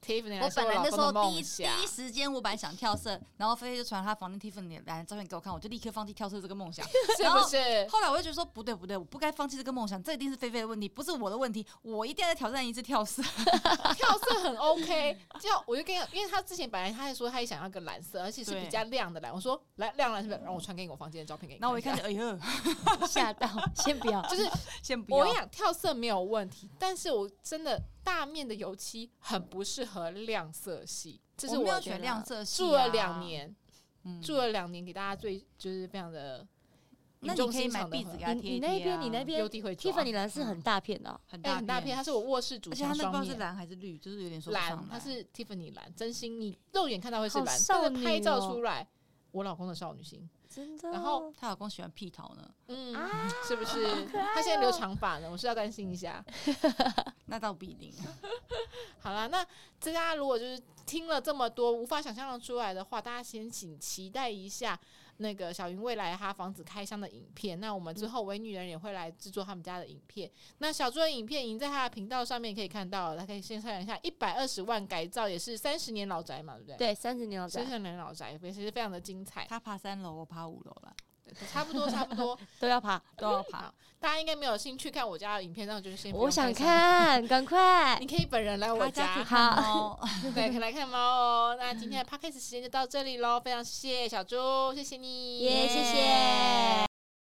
Speaker 2: ？Tiffany 蓝是
Speaker 3: 本来
Speaker 2: 老
Speaker 3: 那时
Speaker 2: 公的
Speaker 3: 候第一
Speaker 2: 梦想。
Speaker 3: 第一时间，我本来想跳色，然后菲菲就传她房间 Tiffany 来的照片给我看，我就立刻放弃跳色这个梦想。
Speaker 2: 是不
Speaker 4: 哦
Speaker 2: 是？
Speaker 3: 后来我就觉得说不对不对，我不该放弃这个梦想，这一定是菲菲的问题，不是我的问题，我一定要再挑战一次跳色。
Speaker 2: 跳色很 OK，就我就跟你讲，因为他之前本来他还说他也想要个蓝色，而且是
Speaker 3: 对
Speaker 2: 比较亮的蓝。我说来亮蓝是不是？让我传给你我房间的照片给你。
Speaker 3: 然后我一
Speaker 2: 看
Speaker 3: 看
Speaker 2: 一下，
Speaker 3: 就哎呦，
Speaker 4: 吓到，先不要。
Speaker 2: 啊 就是
Speaker 3: 先不
Speaker 2: 我跟
Speaker 3: 要
Speaker 2: 你。讲，跳色没有问题，但是我真的大面的油漆很不适合亮色系，这是
Speaker 3: 我没有
Speaker 2: 我
Speaker 3: 选亮色系、啊，
Speaker 2: 住了两，年，
Speaker 3: 嗯
Speaker 2: 住了两年，给大家最就是非常的语
Speaker 3: 那你
Speaker 2: 重
Speaker 3: 可以
Speaker 2: 心
Speaker 3: 买
Speaker 2: 长的
Speaker 3: 壁
Speaker 2: 很。
Speaker 3: 纸给他
Speaker 4: 你
Speaker 3: 贴一
Speaker 4: 你
Speaker 3: 贴啊、
Speaker 4: 那边你那边
Speaker 2: 优地会啊抓
Speaker 4: Tiffany 蓝是很大片的哦、
Speaker 3: 很
Speaker 2: 哎、
Speaker 3: 大
Speaker 2: 很大片，它是我卧室主
Speaker 3: 而且它
Speaker 2: 墙
Speaker 3: 那不
Speaker 2: 双
Speaker 3: 知道
Speaker 2: 面。
Speaker 3: 是蓝还是绿，就是有点说不上
Speaker 2: 蓝，
Speaker 3: 来
Speaker 2: 它是 Tiffany 蓝，真心你肉眼看到会是
Speaker 4: 好
Speaker 2: 蓝，
Speaker 4: 少
Speaker 2: 但是拍
Speaker 4: 女
Speaker 2: 照
Speaker 4: 哦
Speaker 2: 出来，我老公的少女心，
Speaker 4: 真的哦。
Speaker 2: 然后
Speaker 3: 她老公喜欢屁桃呢，
Speaker 2: 嗯，
Speaker 4: 啊，
Speaker 2: 是不是？他现在留长发呢，我是要担心一下。
Speaker 3: 那倒不一 定。
Speaker 2: 好啦，那大家如果就是听了这么多无法想象的出来的话，大家先请期待一下那个小云未来她房子开箱的影片。那我们之后为女人也会来制作他们家的影片。那小猪的影片已经在他的频道上面可以看到了，大家可以先看一下，一百二十万改 造也是三十年老宅嘛，对不对？
Speaker 4: 对，三十年老宅
Speaker 2: 三十年老宅也是非常的精彩，
Speaker 3: 她爬三楼，我爬五楼了，
Speaker 2: 差不多差不多。
Speaker 4: 都要爬，
Speaker 3: 都要爬
Speaker 2: 好。大家应该没有兴趣看我家的影片，那就是先嗯不
Speaker 4: 我
Speaker 2: 用上，
Speaker 4: 想看，赶快
Speaker 2: 你。可以本人来我
Speaker 3: 她家可
Speaker 2: 家。
Speaker 3: 以看哦 猫，
Speaker 2: 对，可以来看猫哦。那今天的 podcast 时间就到这里喽，非常谢谢小猪，谢谢你，
Speaker 4: 耶谢谢